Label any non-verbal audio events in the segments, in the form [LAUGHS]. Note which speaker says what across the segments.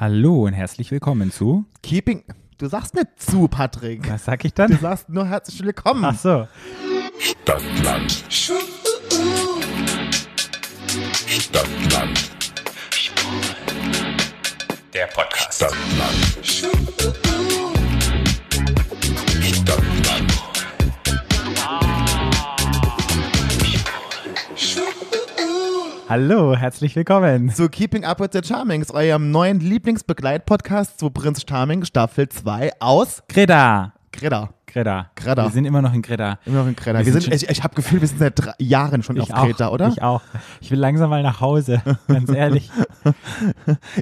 Speaker 1: Hallo und herzlich willkommen zu.
Speaker 2: Keeping. Du sagst nicht zu, Patrick.
Speaker 1: Was sag ich
Speaker 2: Du
Speaker 1: dann?
Speaker 2: sagst nur herzlich willkommen.
Speaker 1: Ach so.
Speaker 3: Stadtland. Stadtland. Der Podcast. Stadtland. Stadtland.
Speaker 1: Hallo, herzlich willkommen.
Speaker 2: Zu Keeping Up with the Charmings, eurem neuen Lieblingsbegleitpodcast zu Prinz Charming Staffel 2 aus
Speaker 1: Greta.
Speaker 2: Kreta.
Speaker 1: Greta.
Speaker 2: Greta.
Speaker 1: Wir sind immer noch in Greta.
Speaker 2: Immer noch in Kreta.
Speaker 1: Wir
Speaker 2: Wir
Speaker 1: sind
Speaker 2: sind, ich ich habe Gefühl, wir sind seit drei Jahren schon auf
Speaker 1: auch.
Speaker 2: Kreta, oder?
Speaker 1: Ich auch. Ich will langsam mal nach
Speaker 2: [LAUGHS]
Speaker 1: Hause, ganz ehrlich.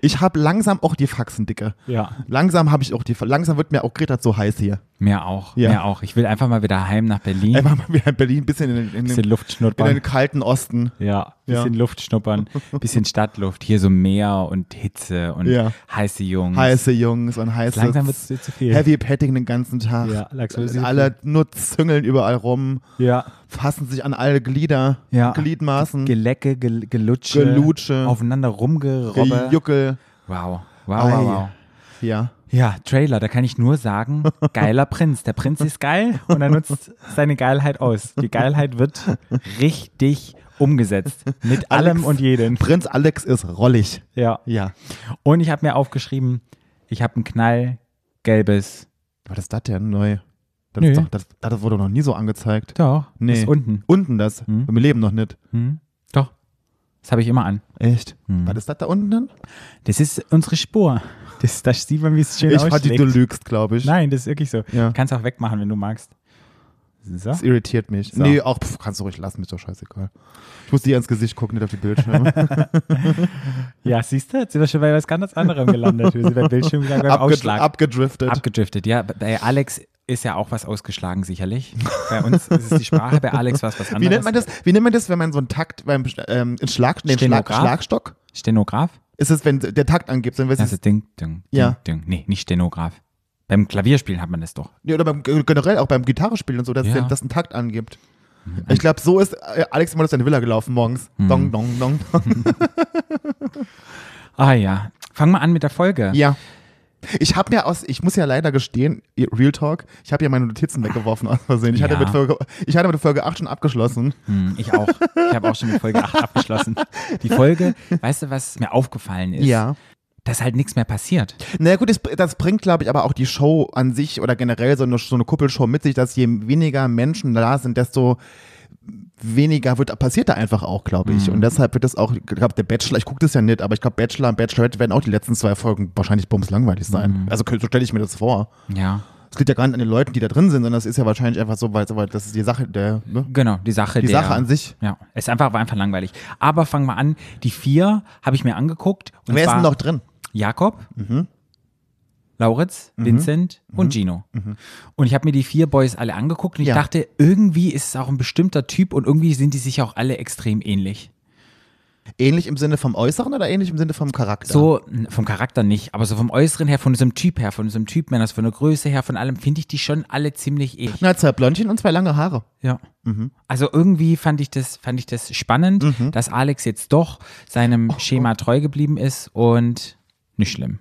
Speaker 2: Ich habe langsam auch die Faxen dicke.
Speaker 1: Ja.
Speaker 2: Langsam habe ich auch die. Langsam wird mir auch Kreta zu heiß hier.
Speaker 1: Mir auch.
Speaker 2: Ja.
Speaker 1: Mir auch. Ich will einfach mal wieder heim nach Berlin. Ein
Speaker 2: Einfach mal wieder in Berlin ein bisschen in, den- in,
Speaker 1: Mhm. bisschen
Speaker 2: den,
Speaker 1: Luft
Speaker 2: in
Speaker 1: schnuppern.
Speaker 2: den kalten Osten.
Speaker 1: Ja,
Speaker 2: Ja.
Speaker 1: bisschen Luft
Speaker 2: [LAUGHS]
Speaker 1: schnuppern, bisschen Stadtluft. Hier so Meer und Hitze und
Speaker 2: Ja.
Speaker 1: heiße Jungs.
Speaker 2: Heiße Jungs und heiße.
Speaker 1: Langsam wird's dir zu viel.
Speaker 2: Heavy Petting den ganzen Tag.
Speaker 1: Ja, langsam wird's dir zu
Speaker 2: Alle nur züngeln überall rum.
Speaker 1: Ja.
Speaker 2: fassen sich an alle Glieder,
Speaker 1: Ja.
Speaker 2: Gliedmaßen,
Speaker 1: Gelecke, gel Gelutsche.
Speaker 2: Gelutsche.
Speaker 1: Aufeinander rumgerobbe.
Speaker 2: Gejuckel.
Speaker 1: Wow. Wow, wow,
Speaker 2: Ei.
Speaker 1: wow.
Speaker 2: Ja.
Speaker 1: Ja, Trailer, da kann ich nur [LAUGHS] sagen, geiler Prinz. Der Prinz ist geil und er nutzt seine Geilheit aus. Die Geilheit wird richtig umgesetzt. Mit allem
Speaker 2: Alex.
Speaker 1: und jedem.
Speaker 2: Prinz Alex ist rollig.
Speaker 1: Ja.
Speaker 2: Ja.
Speaker 1: Und ich habe mir aufgeschrieben, ich habe ein knallgelbes.
Speaker 2: Was ist das denn neu? Das,
Speaker 1: Nö.
Speaker 2: ist doch, das, das wurde noch nie so angezeigt.
Speaker 1: Doch.
Speaker 2: Nee.
Speaker 1: Ist unten.
Speaker 2: Unten das.
Speaker 1: Hm?
Speaker 2: Wir leben noch nicht.
Speaker 1: Hm? Doch. Das habe ich immer an.
Speaker 2: Echt?
Speaker 1: Hm.
Speaker 2: Was ist das da unten denn?
Speaker 1: Das ist unsere Spur. Das, das sieht man, wie es schön
Speaker 2: ich fand die,
Speaker 1: ausschlägt.
Speaker 2: du lügst, glaube ich.
Speaker 1: Nein, das ist wirklich so.
Speaker 2: Ja.
Speaker 1: Kannst auch wegmachen, wenn du magst. So.
Speaker 2: Das irritiert mich.
Speaker 1: So.
Speaker 2: Nee, auch pf, kannst du ruhig lassen, ist doch scheißegal. Ich muss dir ins Gesicht gucken, nicht auf
Speaker 1: [LAUGHS]
Speaker 2: die Bildschirme.
Speaker 1: Ja, siehst du, jetzt sind wir schon bei was ganz anderem gelandet. Wir sind beim Bildschirm wieder beim
Speaker 2: Abged-
Speaker 1: Ausschlag.
Speaker 2: abgedriftet.
Speaker 1: Abgedriftet, ja. Bei Alex ist ja auch was ausgeschlagen, sicherlich. Bei uns ist es die Sprache, bei Alex war es was anderes.
Speaker 2: [LAUGHS] wie, nennt man das, wie nennt man das, wenn man so einen Takt beim ähm, in Schlag, nee, Schlag,
Speaker 1: Stenograf?
Speaker 2: Schlagstock?
Speaker 1: Stenograf?
Speaker 2: Ist es, wenn der Takt angibt, dann weiß
Speaker 1: Also
Speaker 2: ich,
Speaker 1: Ding, Ding,
Speaker 2: Ja.
Speaker 1: Ding, Ding. Nee, nicht Stenograf. Beim Klavierspielen hat man das doch.
Speaker 2: Ja, oder beim, äh, generell auch beim Gitarrespielen und so, dass
Speaker 1: Ja. Mhm.
Speaker 2: der- das einen Takt angibt. Ich glaube, so ist äh, Alex immer durch seine Villa gelaufen morgens. Dong, dong, dong. dong.
Speaker 1: Ah ja. Fang mal an mit der Folge.
Speaker 2: Ja. Ich habe mir aus, ich muss ja leider gestehen, Real Talk, ich habe ja meine Notizen weggeworfen aus Versehen. Ich, hatte
Speaker 1: Ja.
Speaker 2: mit Folge, ich hatte mit Folge 8 schon abgeschlossen.
Speaker 1: Hm, ich auch. Ich habe auch schon mit Folge 8
Speaker 2: [LAUGHS]
Speaker 1: abgeschlossen. Die Folge, weißt du, was mir aufgefallen ist? Dass halt nichts mehr passiert.
Speaker 2: Na gut, das, das bringt, glaube ich, aber auch die Show an sich oder generell so eine, so eine Kuppelshow mit sich, dass je weniger Menschen da sind, desto weniger wird passiert da einfach auch, glaube ich.
Speaker 1: Mhm.
Speaker 2: Und deshalb wird das auch, ich glaube, der Bachelor, ich gucke das ja nicht, aber ich glaube, Bachelor und Bachelorette werden auch die letzten zwei Folgen wahrscheinlich bumslangweilig sein.
Speaker 1: Mhm.
Speaker 2: Also so stelle ich mir das vor.
Speaker 1: Ja.
Speaker 2: Es liegt ja gar nicht an den Leuten, die da drin sind, sondern es ist ja wahrscheinlich einfach so, weil, weil das ist die Sache der, ne?
Speaker 1: Genau, die Sache
Speaker 2: die
Speaker 1: der,
Speaker 2: Sache an sich.
Speaker 1: Ja, es ist einfach, war einfach langweilig. Aber fangen wir an. Die vier habe ich mir angeguckt. Und
Speaker 2: Wer ist
Speaker 1: zwar
Speaker 2: denn noch drin?
Speaker 1: Jakob, Lauritz, Vincent und Gino. Und ich habe mir die vier Boys alle angeguckt und ich
Speaker 2: Ja.
Speaker 1: dachte, irgendwie ist es auch ein bestimmter Typ und irgendwie sind die sich auch alle extrem ähnlich.
Speaker 2: Ähnlich im Sinne vom Äußeren oder ähnlich im Sinne vom Charakter?
Speaker 1: So n- vom Charakter nicht, aber so vom Äußeren her, von diesem Typ her, von diesem Typ Männers, von der Größe her, von allem, finde ich die schon alle ziemlich ähnlich.
Speaker 2: Na, zwei Blondchen und zwei lange Haare.
Speaker 1: Ja. Also irgendwie fand ich das, fand ich das spannend, dass Alex jetzt doch seinem Schema treu geblieben ist und nicht schlimm.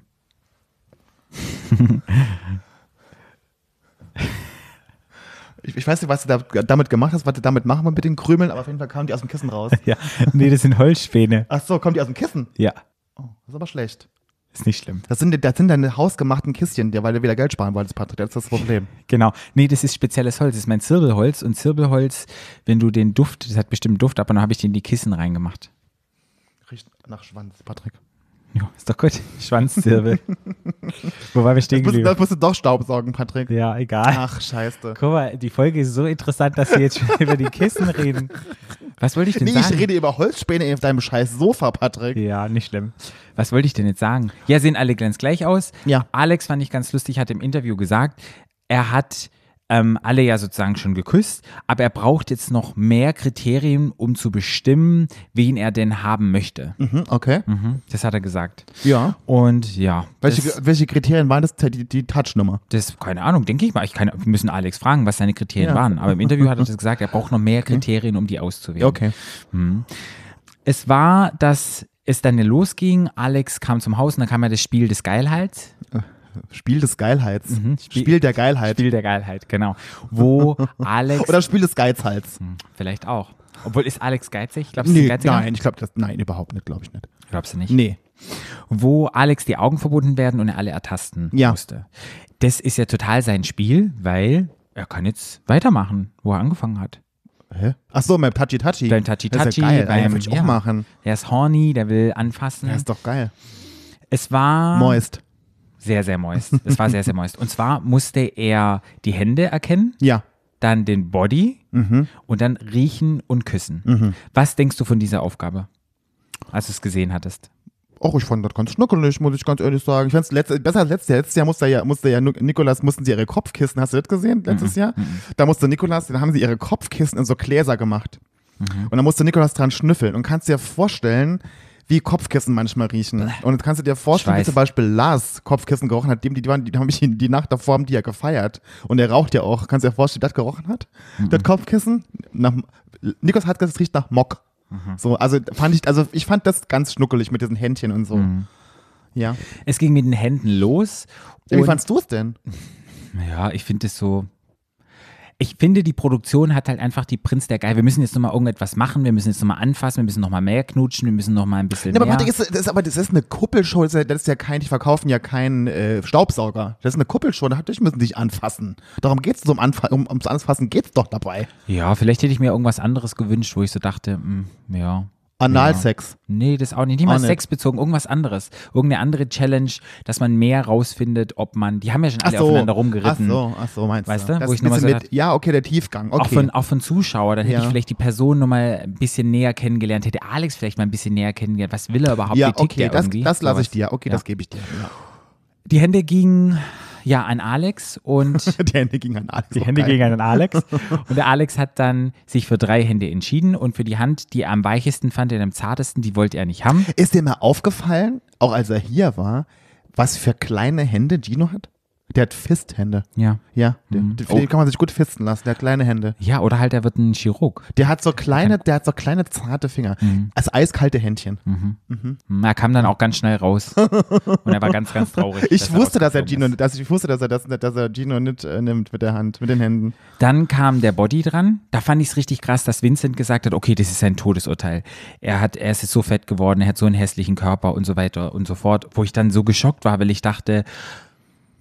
Speaker 2: Ich, ich weiß nicht, was du da, damit gemacht hast, was du damit machen wollt mit den Krümeln, aber auf jeden Fall kamen die aus dem Kissen raus.
Speaker 1: Ja, nee, das sind Holzspäne.
Speaker 2: Ach so, kommen die aus dem Kissen? Oh,
Speaker 1: Ja,
Speaker 2: Das ist aber schlecht.
Speaker 1: ist nicht schlimm.
Speaker 2: Das sind, das sind deine hausgemachten Kistchen, dir- weil du wieder Geld sparen wolltest, Patrick. Das ist das Problem.
Speaker 1: Genau. Nee, das ist spezielles Holz. Das ist mein Zirbelholz. Und Zirbelholz, wenn du den Duft, das hat bestimmt Duft, aber dann habe ich den in die Kissen reingemacht.
Speaker 2: Riecht nach Schwanz, Patrick.
Speaker 1: Ja, ist doch gut. [LAUGHS]
Speaker 2: [LAUGHS]
Speaker 1: Schwanzzirbel. Wo waren wir stehen
Speaker 2: Das musst,
Speaker 1: geblieben?
Speaker 2: das musst du doch staubsaugen, Patrick.
Speaker 1: Ja, egal.
Speaker 2: Ach, scheiße.
Speaker 1: Guck mal, die Folge ist so interessant, dass wir jetzt [LAUGHS] schon über die Kissen reden. Was wollte ich denn
Speaker 2: Nee,
Speaker 1: sagen?
Speaker 2: ich rede über Holzspäne auf deinem scheiß Sofa, Patrick.
Speaker 1: Ja, nicht schlimm. Was wollte ich denn jetzt sagen? Ja, sehen alle ganz gleich aus.
Speaker 2: Ja.
Speaker 1: Alex fand ich ganz lustig, hat im Interview gesagt, er hat ähm, alle ja sozusagen schon geküsst, aber er braucht jetzt noch mehr Kriterien, um zu bestimmen, wen er denn haben möchte.
Speaker 2: Mhm, okay.
Speaker 1: Mhm, das hat er gesagt.
Speaker 2: Ja.
Speaker 1: Und ja, das,
Speaker 2: Welche, welche Kriterien waren das? Mhm. Die, die Touchnummer.
Speaker 1: das, keine Ahnung, denke ich mal. Ich kann, wir müssen Alex fragen, was seine Kriterien
Speaker 2: Ja. Mhm.
Speaker 1: waren. Aber im Interview hat er das gesagt, er braucht noch mehr Kriterien, um die auszuwählen.
Speaker 2: Okay.
Speaker 1: Es war, dass es dann losging, Alex kam zum Haus und dann kam ja das Spiel des Geilheits.
Speaker 2: Spiel des Geilheits.
Speaker 1: Spiel-
Speaker 2: Mhm. Spiel, der Geilheit.
Speaker 1: Spiel der Geilheit, genau.
Speaker 2: [LAUGHS]
Speaker 1: Wo Alex.
Speaker 2: Oder Spiel des Geizhals.
Speaker 1: vielleicht auch. Obwohl, ist Alex geizig? Glaubst du,
Speaker 2: Nee,
Speaker 1: geiziger?
Speaker 2: nein, ich glaube, das, nein, überhaupt nicht, glaube ich nicht.
Speaker 1: Glaubst du nicht?
Speaker 2: Nee.
Speaker 1: wo Alex die Augen verbunden werden und er alle ertasten
Speaker 2: Ja.
Speaker 1: musste. Das ist ja total sein Spiel, weil er kann jetzt weitermachen, wo er angefangen hat.
Speaker 2: Hä? Ach so, beim Tachi Tachi.
Speaker 1: Beim Tachi
Speaker 2: Das ist
Speaker 1: Tachi,
Speaker 2: ja geil.
Speaker 1: beim-
Speaker 2: ja, will ich auch
Speaker 1: ja.
Speaker 2: machen.
Speaker 1: Er ist horny, der will anfassen.
Speaker 2: Ja, ist doch geil.
Speaker 1: es war
Speaker 2: Moist.
Speaker 1: sehr, sehr moist. Es war sehr, sehr moist. Und zwar musste er die Hände erkennen,
Speaker 2: Ja.
Speaker 1: dann den Body
Speaker 2: Mhm.
Speaker 1: und dann riechen und küssen. Was denkst du von dieser Aufgabe, als du es gesehen hattest?
Speaker 2: Och, ich fand das ganz schnuckelig, muss ich ganz ehrlich sagen. Ich fand's letzte, besser als letztes Jahr. Letztes Jahr musste ja, musste ja Nu- Nikolas, mussten sie ihre Kopfkissen, hast du das gesehen, letztes
Speaker 1: Mhm.
Speaker 2: Jahr? Da musste Nikolas, dann haben sie ihre Kopfkissen in so Gläser gemacht.
Speaker 1: Mhm.
Speaker 2: Und dann musste Nikolas dran schnüffeln. Und kannst dir vorstellen, wie Kopfkissen manchmal riechen. Und kannst du dir vorstellen,
Speaker 1: Ich
Speaker 2: wie
Speaker 1: weiß.
Speaker 2: zum Beispiel Lars Kopfkissen gerochen hat, dem, die, die, waren, die haben mich die Nacht davor haben die ja gefeiert. Und er raucht ja auch. Kannst du dir vorstellen, wie das gerochen hat?
Speaker 1: Mhm.
Speaker 2: Das Kopfkissen? Nach, Nikolas hat gesagt, es riecht nach Mock.
Speaker 1: Hm.
Speaker 2: So, also fand ich, also ich fand das ganz schnuckelig mit diesen Händchen und so.
Speaker 1: Hm.
Speaker 2: Ja.
Speaker 1: Es ging mit den Händen los.
Speaker 2: Wie
Speaker 1: und-
Speaker 2: fandst du es denn?
Speaker 1: Ja, ich finde es so. Ich finde, die Produktion hat halt einfach die Prinz der Geil. Wir müssen jetzt nochmal irgendetwas machen, wir müssen jetzt nochmal anfassen, wir müssen nochmal mehr knutschen, wir müssen nochmal ein bisschen.
Speaker 2: Na, aber
Speaker 1: mehr.
Speaker 2: warte, ist, das ist, aber das ist eine Kuppelshow, das ist ja, das ist ja kein, die verkaufen ja keinen äh, Staubsauger. Das ist eine Kuppelshow, da hat- ich müssen dich anfassen. Darum geht's so um Anfa um, ums Anfassen geht's doch dabei.
Speaker 1: ja, vielleicht hätte ich mir irgendwas anderes gewünscht, wo ich so dachte, hm, ja.
Speaker 2: Analsex.
Speaker 1: Nee, das auch nicht. Nicht mal
Speaker 2: Auch nicht.
Speaker 1: sexbezogen, irgendwas anderes. Irgendeine andere Challenge, dass man mehr rausfindet, ob man. Die haben ja schon alle aufeinander rumgeritten.
Speaker 2: Ach so, ach so, meinst
Speaker 1: Weißt
Speaker 2: du?
Speaker 1: du,
Speaker 2: Das
Speaker 1: wo
Speaker 2: ist
Speaker 1: ich noch mal
Speaker 2: ein
Speaker 1: so
Speaker 2: bisschen
Speaker 1: dachte-
Speaker 2: mit, ja, okay, der Tiefgang. Okay.
Speaker 1: Auch, von, auch von Zuschauer, dann hätte
Speaker 2: Ja.
Speaker 1: ich vielleicht die Person nochmal ein bisschen näher kennengelernt, hätte Alex vielleicht mal ein bisschen näher kennengelernt. Was will er überhaupt?
Speaker 2: ja,
Speaker 1: Wie tickt
Speaker 2: okay,
Speaker 1: der
Speaker 2: das,
Speaker 1: irgendwie?
Speaker 2: das lasse
Speaker 1: Sowas.
Speaker 2: ich dir. Okay,
Speaker 1: Ja.
Speaker 2: das gebe ich dir. Ja. [LAUGHS]
Speaker 1: Die Hände gingen ja an Alex
Speaker 2: [LAUGHS]
Speaker 1: und
Speaker 2: Die Hände gingen an Alex.
Speaker 1: die Hände gingen an den
Speaker 2: [LAUGHS]
Speaker 1: Alex. Und der Alex hat dann sich für drei Hände entschieden und für die Hand, die er am weichesten fand, den am zartesten, die wollte er nicht haben.
Speaker 2: Ist dir mal aufgefallen, auch als er hier war, was für kleine Hände Gino hat? Der hat Fisthände.
Speaker 1: Ja.
Speaker 2: Ja, der, der,
Speaker 1: Oh.
Speaker 2: den kann man sich gut fisten lassen. Der hat kleine Hände.
Speaker 1: Ja, oder halt, er wird ein Chirurg.
Speaker 2: Der hat so kleine, der hat so kleine zarte Finger.
Speaker 1: Mhm.
Speaker 2: Also eiskalte Händchen.
Speaker 1: Hm, Er kam dann auch ganz schnell
Speaker 2: [LAUGHS]
Speaker 1: raus. Und er war ganz, ganz traurig.
Speaker 2: Ich wusste, dass er
Speaker 1: rausgeflogen
Speaker 2: Gino,
Speaker 1: ist.
Speaker 2: dass ich wusste, dass er das, dass er Gino nicht äh, nimmt mit der Hand, mit den Händen.
Speaker 1: Dann kam der Body dran. Da fand ich es richtig krass, dass Vincent gesagt hat, okay, das ist sein Todesurteil. Er hat, er ist jetzt so fett geworden, er hat so einen hässlichen Körper und so weiter und so fort. Wo ich dann so geschockt war, weil ich dachte,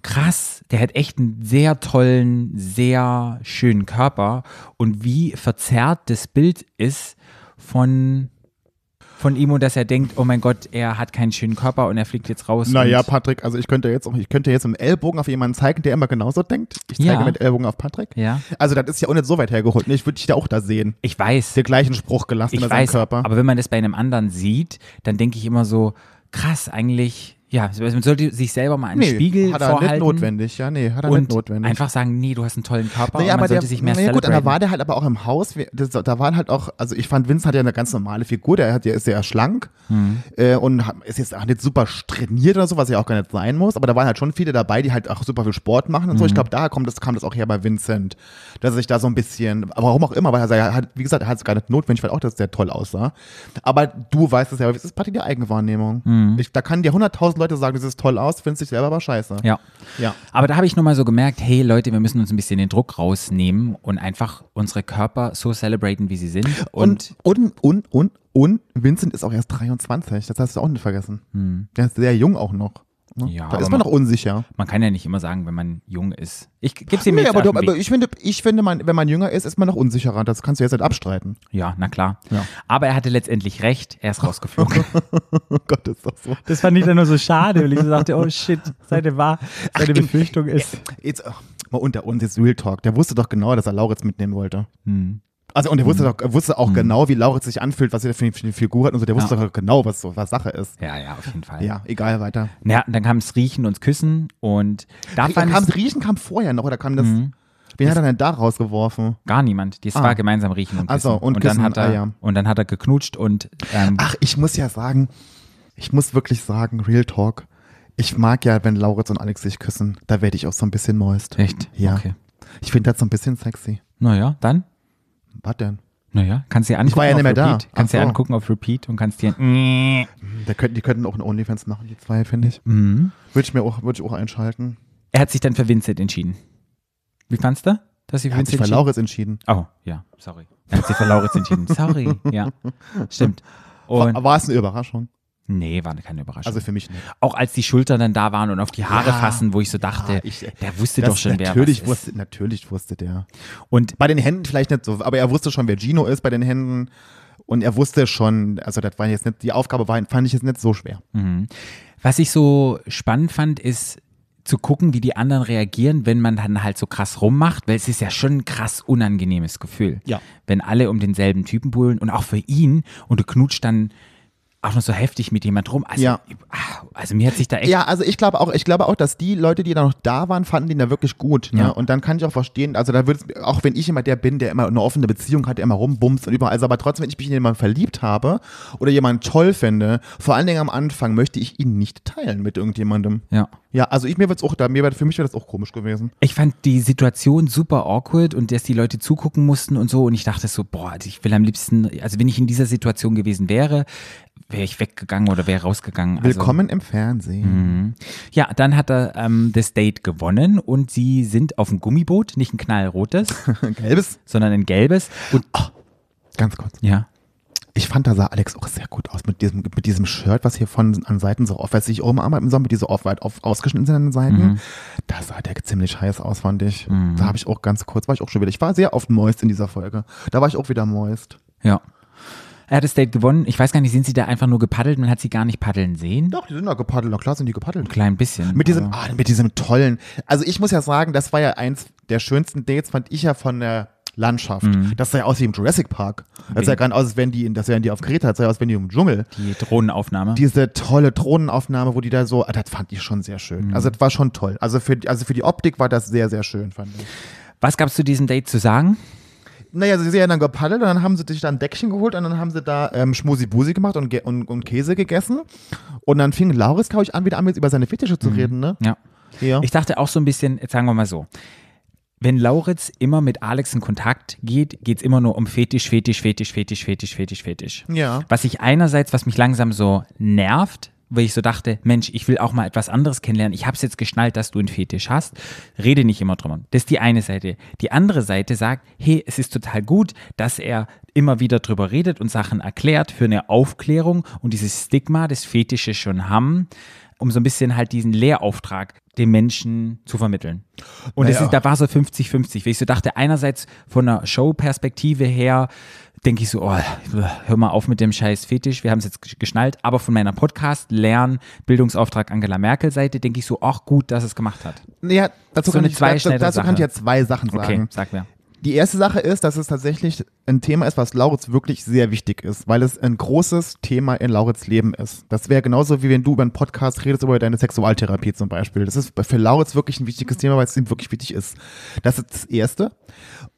Speaker 1: krass, der hat echt einen sehr tollen, sehr schönen Körper. Und wie verzerrt das Bild ist von, von ihm und dass er denkt, oh mein Gott, er hat keinen schönen Körper und er fliegt jetzt raus.
Speaker 2: Naja,
Speaker 1: und
Speaker 2: Patrick, also ich könnte jetzt, auch- ich könnte jetzt mit dem Ellbogen auf jemanden zeigen, der immer genauso denkt. Ich zeige
Speaker 1: Ja.
Speaker 2: mit Ellbogen auf Patrick.
Speaker 1: Ja.
Speaker 2: Also das ist ja auch nicht so weit hergeholt. ne? Ich würde dich da auch da sehen.
Speaker 1: ich weiß.
Speaker 2: Den gleichen Spruch gelassen
Speaker 1: ich
Speaker 2: über
Speaker 1: weiß,
Speaker 2: seinen Körper.
Speaker 1: aber wenn man das bei einem anderen sieht, dann denke ich immer so, krass, eigentlich, ja, man sollte sich selber mal einen Spiegel
Speaker 2: hat er
Speaker 1: vorhalten
Speaker 2: nicht notwendig. Ja, nee, hat er
Speaker 1: und
Speaker 2: nicht notwendig.
Speaker 1: einfach sagen, nee, du hast einen tollen Körper
Speaker 2: Naja,
Speaker 1: und man
Speaker 2: aber der,
Speaker 1: sollte sich mehr
Speaker 2: naja, gut, und da
Speaker 1: celebraten.
Speaker 2: war der halt aber auch im Haus, wir- das, da waren halt auch, also ich fand, Vince hat ja eine ganz normale Figur, der, hat, der ist ja schlank
Speaker 1: Hm.
Speaker 2: äh, und hat- ist jetzt auch nicht super trainiert oder so, was ja auch gar nicht sein muss, aber da waren halt schon viele dabei, die halt auch super viel Sport machen und
Speaker 1: Hm.
Speaker 2: so. Ich glaube, da kommt das, kam das auch her bei Vincent, dass er sich da so ein bisschen, aber warum auch immer, weil er sei- hat, wie gesagt, er hat es gar nicht notwendig, weil auch das sehr toll aussah. Aber du weißt es ja, es ist Partie der Eigenwahrnehmung.
Speaker 1: Hm.
Speaker 2: Ich, da kann dir 100.000 Leute sagen, das ist toll aus, findest dich selber aber scheiße.
Speaker 1: ja.
Speaker 2: Ja.
Speaker 1: Aber da habe ich nochmal so gemerkt, hey Leute, wir müssen uns ein bisschen den Druck rausnehmen und einfach unsere Körper so celebraten, wie sie sind. Und,
Speaker 2: Und, und, und, und, und Vincent ist auch erst 23. Das hast du auch nicht vergessen. Der ist sehr jung auch noch. ne?
Speaker 1: Hm. Ja,
Speaker 2: da
Speaker 1: aber
Speaker 2: ist man
Speaker 1: man-
Speaker 2: noch unsicher.
Speaker 1: man kann ja nicht immer sagen, wenn man jung ist. Ich gebe sie mir
Speaker 2: Nee,
Speaker 1: jetzt
Speaker 2: aber,
Speaker 1: auf
Speaker 2: du,
Speaker 1: den
Speaker 2: aber
Speaker 1: Weg.
Speaker 2: ich finde, ich finde man, wenn man jünger ist, ist man noch unsicherer. Das kannst du jetzt nicht abstreiten. [LAUGHS]
Speaker 1: Ja, na klar.
Speaker 2: Ja.
Speaker 1: Aber er hatte letztendlich recht, er ist rausgeflogen. [LAUGHS]
Speaker 2: Oh Gott, ist das so.
Speaker 1: das fand ich dann nur so schade, weil ich so dachte, oh shit, seine, wahr, seine Befürchtung ist.
Speaker 2: Jetzt, ach, mal unter uns, jetzt Real Talk. Der wusste doch genau, dass er Lauritz mitnehmen wollte.
Speaker 1: Hm.
Speaker 2: Also, und der wusste, doch, er wusste auch genau, wie Lauritz sich anfühlt, was er für eine- für eine Figur hat und so. Der wusste doch genau, was, so, was Sache ist.
Speaker 1: Ja, ja, auf jeden Fall.
Speaker 2: Ja, egal, weiter.
Speaker 1: Ja, und dann kam es Riechen und Küssen und da fand Hm.
Speaker 2: Kam,
Speaker 1: ich
Speaker 2: Riechen kam vorher noch, oder kam das. Wen hat er denn da rausgeworfen?
Speaker 1: gar niemand. Das
Speaker 2: Ah.
Speaker 1: war gemeinsam Riechen und Küssen.
Speaker 2: Ach so, und
Speaker 1: dann
Speaker 2: Küssen,
Speaker 1: hat er
Speaker 2: ah, ja. Ah.
Speaker 1: und dann hat er geknutscht und ähm,
Speaker 2: Ach, ich muss ja sagen, ich muss wirklich sagen, Real Talk. Ich mag ja, wenn Lauritz und Alex sich küssen. Da werde ich auch so ein bisschen moist.
Speaker 1: echt.
Speaker 2: Ja.
Speaker 1: Okay.
Speaker 2: Ich finde das so ein bisschen sexy.
Speaker 1: Naja, dann
Speaker 2: Was denn?
Speaker 1: Naja, kannst dir angucken.
Speaker 2: Ich war ja nicht mehr
Speaker 1: auf
Speaker 2: da.
Speaker 1: Repeat, Kannst
Speaker 2: Ach
Speaker 1: dir
Speaker 2: so.
Speaker 1: angucken auf Repeat und kannst dir. Mhm.
Speaker 2: Da könnten, die könnten auch ein Onlyfans machen, die zwei, finde ich. Würde ich mir auch, würde ich auch einschalten.
Speaker 1: Er hat sich dann für Vincent entschieden. Wie fandst du? Dass sie für
Speaker 2: Er hat sich
Speaker 1: Vincent
Speaker 2: für
Speaker 1: entschieden?
Speaker 2: Lauris entschieden.
Speaker 1: Oh, ja, sorry. Er hat sich für Lauritz
Speaker 2: [LAUGHS]
Speaker 1: entschieden. Sorry, ja. Stimmt. Und
Speaker 2: War, war es eine Überraschung?
Speaker 1: nee, war keine Überraschung.
Speaker 2: Also für mich nicht.
Speaker 1: auch als die Schultern dann da waren und auf die Haare
Speaker 2: Ja,
Speaker 1: fassen, wo ich so dachte,
Speaker 2: ja, Ah, ich-
Speaker 1: der wusste doch schon, wer
Speaker 2: natürlich
Speaker 1: was
Speaker 2: wusste, natürlich wusste der.
Speaker 1: ist. Und
Speaker 2: Bei den Händen vielleicht nicht so, aber er wusste schon, wer Gino ist bei den Händen. Und er wusste schon, also das war jetzt nicht, die Aufgabe war, fand ich jetzt nicht so schwer.
Speaker 1: was ich so spannend fand, ist zu gucken, wie die anderen reagieren, wenn man dann halt so krass rummacht, weil es ist ja schon ein krass unangenehmes Gefühl.
Speaker 2: Ja.
Speaker 1: Wenn alle um denselben Typen buhlen und auch für ihn und du knutscht dann auch noch so heftig mit jemand rum. Also,
Speaker 2: Ja.
Speaker 1: ah, also mir hat sich da echt
Speaker 2: Ja, also ich glaube auch, ich glaube auch, dass die Leute, die da noch da waren, fanden den da wirklich gut. Ne?
Speaker 1: Ja.
Speaker 2: Und dann kann ich auch verstehen, also da würde es- auch wenn ich immer der bin, der immer eine offene Beziehung hat, der immer rumbumst und überall, ist, aber trotzdem, wenn ich mich in jemanden verliebt habe oder jemanden toll finde, vor allen Dingen am Anfang möchte ich ihn nicht teilen mit irgendjemandem.
Speaker 1: Ja.
Speaker 2: Ja, also ich mir wird's auch da, mir wär, für mich wäre das auch komisch gewesen.
Speaker 1: Ich fand die Situation super awkward und dass die Leute zugucken mussten und so. Und ich dachte so, boah, also ich will am liebsten, also wenn ich in dieser Situation gewesen wäre, wäre ich weggegangen oder wäre rausgegangen. Also, Mhm.
Speaker 2: Willkommen im Fernsehen.
Speaker 1: Ja, dann hat er ähm, das Date gewonnen und sie sind auf dem Gummiboot, nicht ein [LAUGHS] knallrotes,
Speaker 2: [LAUGHS] Gelbes,
Speaker 1: sondern ein gelbes. Und
Speaker 2: ganz kurz.
Speaker 1: ja,
Speaker 2: Ich fand, da sah Alex auch sehr gut aus mit diesem, mit diesem Shirt, was hier von an Seiten so off, was sich oben am im Sommer mit diese off weit auf, ausgeschnitten sind an den Seiten. Da sah der ziemlich heiß aus, fand ich. Da habe ich auch ganz kurz, war ich auch schon wieder. Ich war sehr oft moist in dieser Folge. Da war ich auch wieder moist.
Speaker 1: ja. Er hat das Date gewonnen. Ich weiß gar nicht, sind sie da einfach nur gepaddelt? Man hat sie gar nicht paddeln sehen.
Speaker 2: Doch, die sind da gepaddelt, na klar sind die gepaddelt.
Speaker 1: Klein bisschen.
Speaker 2: Mit diesem,
Speaker 1: aber-
Speaker 2: ah, mit diesem tollen. Also ich muss ja sagen, das war ja eins der schönsten Dates, fand ich ja von der Landschaft. Das sah ja aus wie im Jurassic Park. Das sah ja gar nicht aus, als wären die, in- das wären die auf Kreta, das sah ja aus, als wären die im Dschungel.
Speaker 1: die Drohnenaufnahme.
Speaker 2: diese tolle Drohnenaufnahme, wo die da so, ah, das fand ich schon sehr schön. Also das war schon toll. Also für, also für die Optik war das sehr, sehr schön, fand ich.
Speaker 1: Was gab's zu diesem Date zu sagen?
Speaker 2: Naja, sie sind ja dann gepaddelt und dann haben sie sich da ein Deckchen geholt und dann haben sie da ähm, Schmusi-Busi gemacht und, ge- und, und Käse gegessen. Und dann fing Lauris, glaube ich, an, wieder an, jetzt über seine Fetische zu reden, ne?
Speaker 1: Ja.
Speaker 2: Ja.
Speaker 1: Ich dachte auch so ein bisschen, jetzt sagen wir mal so, wenn Lauritz immer mit Alex in Kontakt geht, geht es immer nur um Fetisch, Fetisch, Fetisch, Fetisch, Fetisch, Fetisch, Fetisch.
Speaker 2: Ja.
Speaker 1: Was ich einerseits, was mich langsam so nervt, weil ich so dachte, Mensch, ich will auch mal etwas anderes kennenlernen. Ich habe es jetzt geschnallt, dass du einen Fetisch hast. Rede nicht immer drüber. Das ist die eine Seite. Die andere Seite sagt, hey, es ist total gut, dass er immer wieder drüber redet und Sachen erklärt für eine Aufklärung und dieses Stigma des Fetisches schon haben, um so ein bisschen halt diesen Lehrauftrag dem Menschen zu vermitteln. Und es
Speaker 2: Naja.
Speaker 1: ist, da war so 50-50, weil ich so dachte, einerseits von einer Show-Perspektive her denke ich so, oh, hör mal auf mit dem scheiß Fetisch, wir haben es jetzt gesch- geschnallt, aber von meiner Podcast Lern Bildungsauftrag Angela Merkel Seite denke ich so, ach gut, dass es gemacht hat.
Speaker 2: Naja, dazu,
Speaker 1: So
Speaker 2: kann,
Speaker 1: eine
Speaker 2: ich, dazu,
Speaker 1: zweischneidige
Speaker 2: dazu kann ich
Speaker 1: Sache.
Speaker 2: ja zwei Sachen
Speaker 1: Okay,
Speaker 2: sagen.
Speaker 1: sag mir.
Speaker 2: Die erste Sache ist, dass es tatsächlich ein Thema ist, was Lauritz wirklich sehr wichtig ist, weil es ein großes Thema in Lauritz Leben ist. Das wäre genauso wie wenn du über einen Podcast redest, über deine Sexualtherapie zum Beispiel. Das ist für Lauritz wirklich ein wichtiges Thema, weil es ihm wirklich wichtig ist. Das ist das Erste.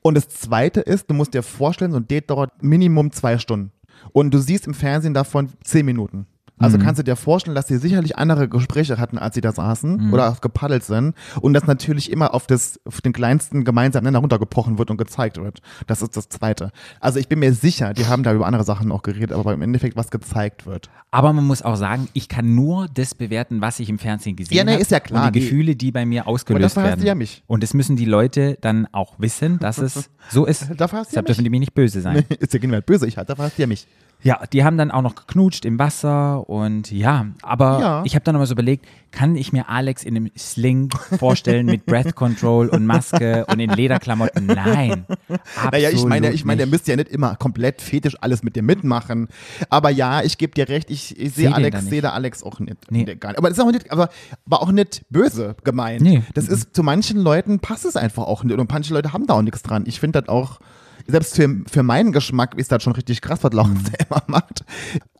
Speaker 2: Und das Zweite ist, du musst dir vorstellen, so ein Date dauert Minimum zwei Stunden. Und du siehst im Fernsehen davon zehn Minuten. Also kannst du dir vorstellen, dass sie sicherlich andere Gespräche hatten, als sie da saßen oder gepaddelt sind. Und das natürlich immer auf, das, auf den kleinsten gemeinsamen Nenner runtergebrochen wird und gezeigt wird. Das ist das Zweite. Also ich bin mir sicher, die haben da über andere Sachen auch geredet, aber im Endeffekt, was gezeigt wird. [LAUGHS]
Speaker 1: Aber man muss auch sagen, ich kann nur das bewerten, was ich im Fernsehen gesehen
Speaker 2: Ja, nee,
Speaker 1: habe
Speaker 2: ist ja klar,
Speaker 1: und die
Speaker 2: die-
Speaker 1: Gefühle, die bei mir ausgelöst
Speaker 2: dafür hast
Speaker 1: werden.
Speaker 2: du ja mich.
Speaker 1: Und das müssen die Leute dann auch wissen, dass es
Speaker 2: [LAUGHS]
Speaker 1: so ist.
Speaker 2: Dafür hast du ja
Speaker 1: Deshalb
Speaker 2: mich.
Speaker 1: dürfen die mir nicht böse sein.
Speaker 2: ist ja gegenwärtig böse, ich hatte, hast du ja mich.
Speaker 1: Ja, die haben dann auch noch geknutscht im Wasser und ja, aber
Speaker 2: Ja.
Speaker 1: ich habe dann nochmal so überlegt, kann ich mir Alex in einem Sling vorstellen mit Breath Control und Maske und in Lederklamotten? Nein. Absolut
Speaker 2: Naja, ich meine, ich meine, ihr
Speaker 1: nicht.
Speaker 2: müsst ja nicht immer komplett fetisch alles mit dir mitmachen. Aber ja, ich gebe dir recht, ich, ich sehe
Speaker 1: den da
Speaker 2: Alex,
Speaker 1: nicht.
Speaker 2: sehe da Alex auch nicht.
Speaker 1: Nee.
Speaker 2: Nee. Gar nicht. Aber das ist auch nicht, aber war auch nicht böse gemeint.
Speaker 1: Nee.
Speaker 2: Das ist zu manchen Leuten passt es einfach auch nicht. Und manche Leute haben da auch nichts dran. Ich finde das auch,
Speaker 1: Mhm.
Speaker 2: selbst für, für meinen Geschmack ist das schon richtig krass, was Laurens da immer macht.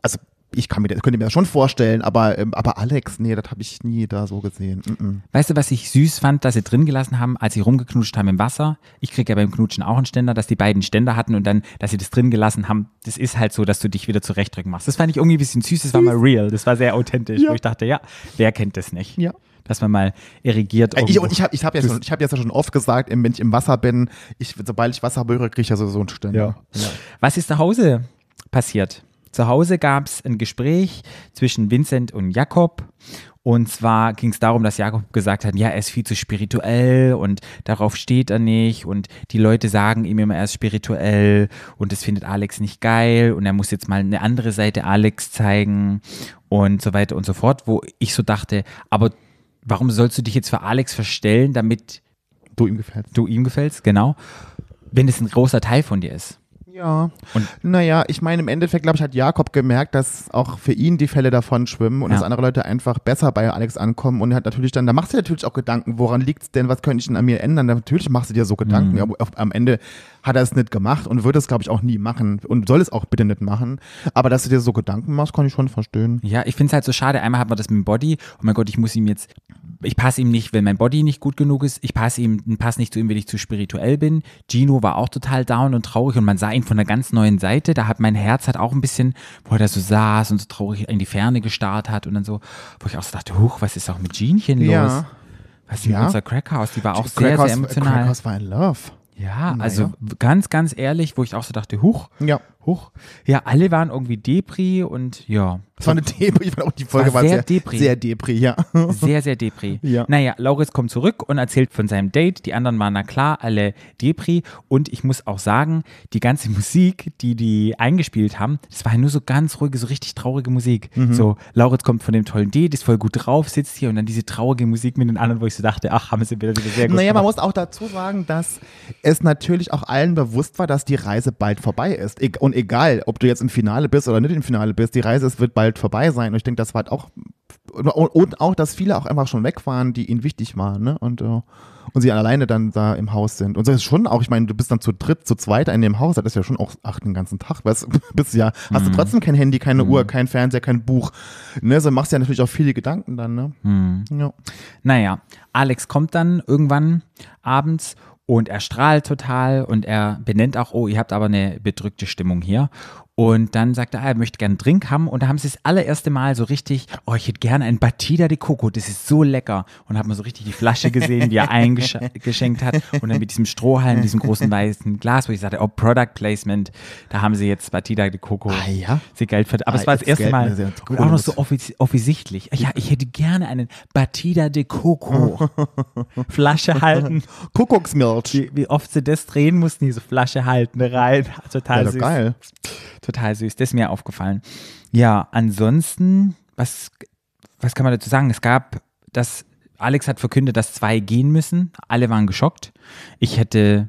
Speaker 2: Also ich kann mir das, könnte mir das schon vorstellen, aber, ähm, aber Alex, nee, das habe ich nie da so gesehen. Mm -mm.
Speaker 1: Weißt du, was ich süß fand, dass sie drin gelassen haben, als sie rumgeknutscht haben im Wasser? Ich kriege ja beim Knutschen auch einen Ständer, dass die beiden Ständer hatten und dann, dass sie das drin gelassen haben. Das ist halt so, dass du dich wieder zurechtdrücken machst. Das fand ich irgendwie ein bisschen süß. Das war mal real. Das war sehr authentisch.
Speaker 2: Ja.
Speaker 1: Wo ich dachte, ja, wer kennt das nicht?
Speaker 2: Ja.
Speaker 1: Dass man mal irrigiert.
Speaker 2: Äh, Ich,
Speaker 1: irgendwo-
Speaker 2: und ich habe ich hab ja, schon- ich hab ja schon oft gesagt, im- wenn ich im Wasser bin, ich, sobald ich Wasser berühre, kriege ich ja sowieso einen Ständer.
Speaker 1: Was ist zu Hause passiert? Zu Hause gab es ein Gespräch zwischen Vincent und Jakob. Und zwar ging es darum, dass Jakob gesagt hat, ja, er ist viel zu spirituell und darauf steht er nicht. Und die Leute sagen ihm immer, er ist spirituell und das findet Alex nicht geil. Und er muss jetzt mal eine andere Seite Alex zeigen und so weiter und so fort. Wo ich so dachte, aber warum sollst du dich jetzt für Alex verstellen, damit
Speaker 2: Du ihm gefällt.
Speaker 1: du ihm gefällst? Genau. Wenn es ein großer Teil von dir ist.
Speaker 2: Ja.
Speaker 1: Und-
Speaker 2: naja, ich meine, im Endeffekt, glaube ich, hat Jakob gemerkt, dass auch für ihn die Fälle davon schwimmen und
Speaker 1: Ja.
Speaker 2: dass andere Leute einfach besser bei Alex ankommen und er hat natürlich dann, da machst du dir natürlich auch Gedanken, woran liegt es denn, was könnte ich denn an mir ändern? Natürlich machst du dir so Gedanken, aber auf, am Ende hat er es nicht gemacht und wird es, glaube ich, auch nie machen und soll es auch bitte nicht machen. Aber dass du dir so Gedanken machst, kann ich schon verstehen.
Speaker 1: Ja, ich finde es halt so schade. Einmal hat man das mit dem Body. Oh mein Gott, ich muss ihm jetzt, ich passe ihm nicht, wenn mein Body nicht gut genug ist. Ich passe ihm, passe nicht zu ihm, wenn ich zu spirituell bin. Gino war auch total down und traurig und man sah ihn von einer ganz neuen Seite. Da hat mein Herz hat auch ein bisschen, wo er da so saß und so traurig in die Ferne gestarrt hat und dann so, wo ich auch so dachte, huch, was ist auch mit Ginchen los?
Speaker 2: Ja.
Speaker 1: Was ist mit
Speaker 2: Ja.
Speaker 1: unserer Crackhouse? Die war auch sehr,
Speaker 2: Crackhouse-
Speaker 1: sehr emotional.
Speaker 2: Crackhouse war in Love.
Speaker 1: Ja,
Speaker 2: Na
Speaker 1: also
Speaker 2: ja.
Speaker 1: w- ganz, ganz ehrlich, wo ich auch so dachte, huch,
Speaker 2: Ja.
Speaker 1: huch. Ja, alle waren irgendwie Depri und ja.
Speaker 2: Es war eine Depri, ich fand auch die Folge
Speaker 1: War
Speaker 2: war,
Speaker 1: sehr
Speaker 2: sehr,
Speaker 1: Depri.
Speaker 2: sehr Depri, ja.
Speaker 1: [LAUGHS] Sehr, sehr Depri.
Speaker 2: Ja.
Speaker 1: Naja, Lauritz kommt zurück und erzählt von seinem Date. Die anderen waren, na klar, alle Depri. Und ich muss auch sagen, die ganze [LAUGHS] Musik, die die eingespielt haben, das war ja nur so ganz ruhige, so richtig traurige Musik.
Speaker 2: Mhm.
Speaker 1: So, Lauritz kommt von dem tollen Date, ist voll gut drauf, sitzt hier und dann diese traurige Musik mit den anderen, wo ich so dachte, ach, haben sie wieder wieder sehr gut
Speaker 2: Naja, man
Speaker 1: gemacht.
Speaker 2: muss auch dazu sagen, dass es natürlich auch allen bewusst war, dass die Reise bald vorbei ist. E- Und egal, ob du jetzt im Finale bist oder nicht im Finale bist, die Reise es wird bald vorbei sein. Und ich denke, das war auch. Und, und auch, dass viele auch einfach schon weg waren, die ihnen wichtig waren, ne? Und, äh, und sie alleine dann da im Haus sind. Und das ist schon auch, ich meine, du bist dann zu dritt, zu zweit in dem Haus, das ist ja schon auch ach, den ganzen Tag. Weißt, du, [LAUGHS] bist ja, hast du trotzdem kein Handy, keine Uhr, kein Fernseher, kein Buch. Ne? So machst du ja natürlich auch viele Gedanken dann, ne? Ja.
Speaker 1: Naja, Alex kommt dann irgendwann abends und er strahlt total und er benennt auch, oh, ihr habt aber eine bedrückte Stimmung hier. Und dann sagt er, ah, er möchte gerne einen Drink haben. Und da haben sie das allererste Mal so richtig, oh, ich hätte gerne ein Batida de Coco, das ist so lecker. Und hat man so richtig die Flasche gesehen,
Speaker 2: [LAUGHS]
Speaker 1: wie er eingeschenkt hat. Und dann mit diesem Strohhalm, diesem großen weißen Glas, wo ich sagte, oh, Product Placement, da haben sie jetzt Batida de Coco.
Speaker 2: Ah, ja?
Speaker 1: Sie Geld verdient. Aber
Speaker 2: Ah,
Speaker 1: es war das
Speaker 2: jetzt
Speaker 1: erste
Speaker 2: Geld, ne,
Speaker 1: Mal.
Speaker 2: sie hat
Speaker 1: Und auch noch
Speaker 2: Kohle
Speaker 1: so offis- offensichtlich. Ja, ich hätte gerne einen Batida de
Speaker 2: [LAUGHS]
Speaker 1: Coco. Flasche halten.
Speaker 2: Kuckucksmilch.
Speaker 1: Wie, wie oft sie das drehen mussten, diese Flasche halten, rein. Total
Speaker 2: Ja, doch
Speaker 1: süß.
Speaker 2: geil.
Speaker 1: Total süß. Das ist mir aufgefallen. Ja, ansonsten, was, was kann man dazu sagen? Es gab das, Alex hat verkündet, dass zwei gehen müssen. Alle waren geschockt. Ich hätte.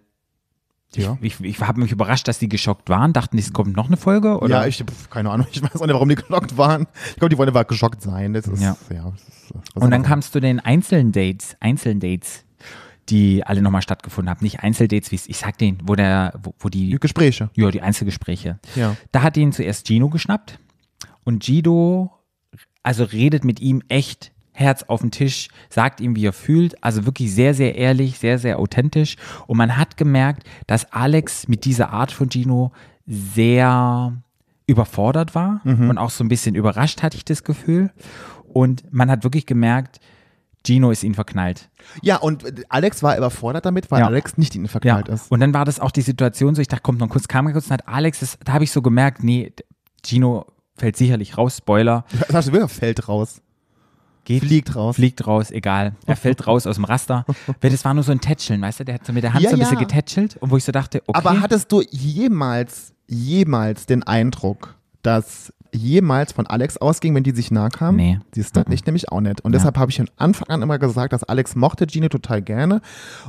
Speaker 2: Ja.
Speaker 1: Ich, ich, ich habe mich überrascht, dass die geschockt waren. Dachten, es kommt noch eine Folge? Oder?
Speaker 2: Ja, ich pf, keine Ahnung, [LAUGHS] ich weiß auch nicht, warum die geschockt waren. Ich glaube, die wollen einfach geschockt sein. Das ist,
Speaker 1: Ja.
Speaker 2: ja. das ist, das
Speaker 1: Und dann
Speaker 2: ist-
Speaker 1: kam es zu den einzelnen Dates, einzelnen Dates, die alle nochmal stattgefunden haben. Nicht Einzeldates, wie es, ich sag den, wo der, wo, wo die,
Speaker 2: die Gespräche.
Speaker 1: ja, die Einzelgespräche.
Speaker 2: Ja.
Speaker 1: Da hat ihn zuerst Gino geschnappt und Gino, also redet mit ihm echt Herz auf den Tisch, sagt ihm, wie er fühlt, also wirklich sehr, sehr ehrlich, sehr, sehr authentisch. Und man hat gemerkt, dass Alex mit dieser Art von Gino sehr überfordert war und auch so ein bisschen überrascht, hatte ich das Gefühl. Und man hat wirklich gemerkt, Gino ist ihn verknallt.
Speaker 2: Ja, und äh, Alex war überfordert damit, weil
Speaker 1: Ja.
Speaker 2: Alex nicht in verknallt Halt ist.
Speaker 1: Und dann war das auch die Situation so, ich dachte, kommt noch kurz, kam kurz und hat Alex, das, da habe ich so gemerkt, nee, d- Gino fällt sicherlich raus, Spoiler,
Speaker 2: Das heißt, wirklich fällt raus.
Speaker 1: geht,
Speaker 2: Fliegt raus.
Speaker 1: fliegt raus, egal, er fällt raus aus dem
Speaker 2: [LAUGHS]
Speaker 1: Raster. Weil das war nur so ein Tätscheln, weißt du, der hat so mit der Hand
Speaker 2: Ja,
Speaker 1: so ein bisschen
Speaker 2: ja.
Speaker 1: getätschelt und wo ich so dachte, okay.
Speaker 2: Aber hattest du jemals, jemals den Eindruck, dass jemals von Alex ausging, wenn die sich nahe kamen?
Speaker 1: Nee. Mhm.
Speaker 2: Siehst du, ich nämlich auch nicht. Und deshalb habe ich von Anfang an immer gesagt, dass Alex mochte Gino total gerne.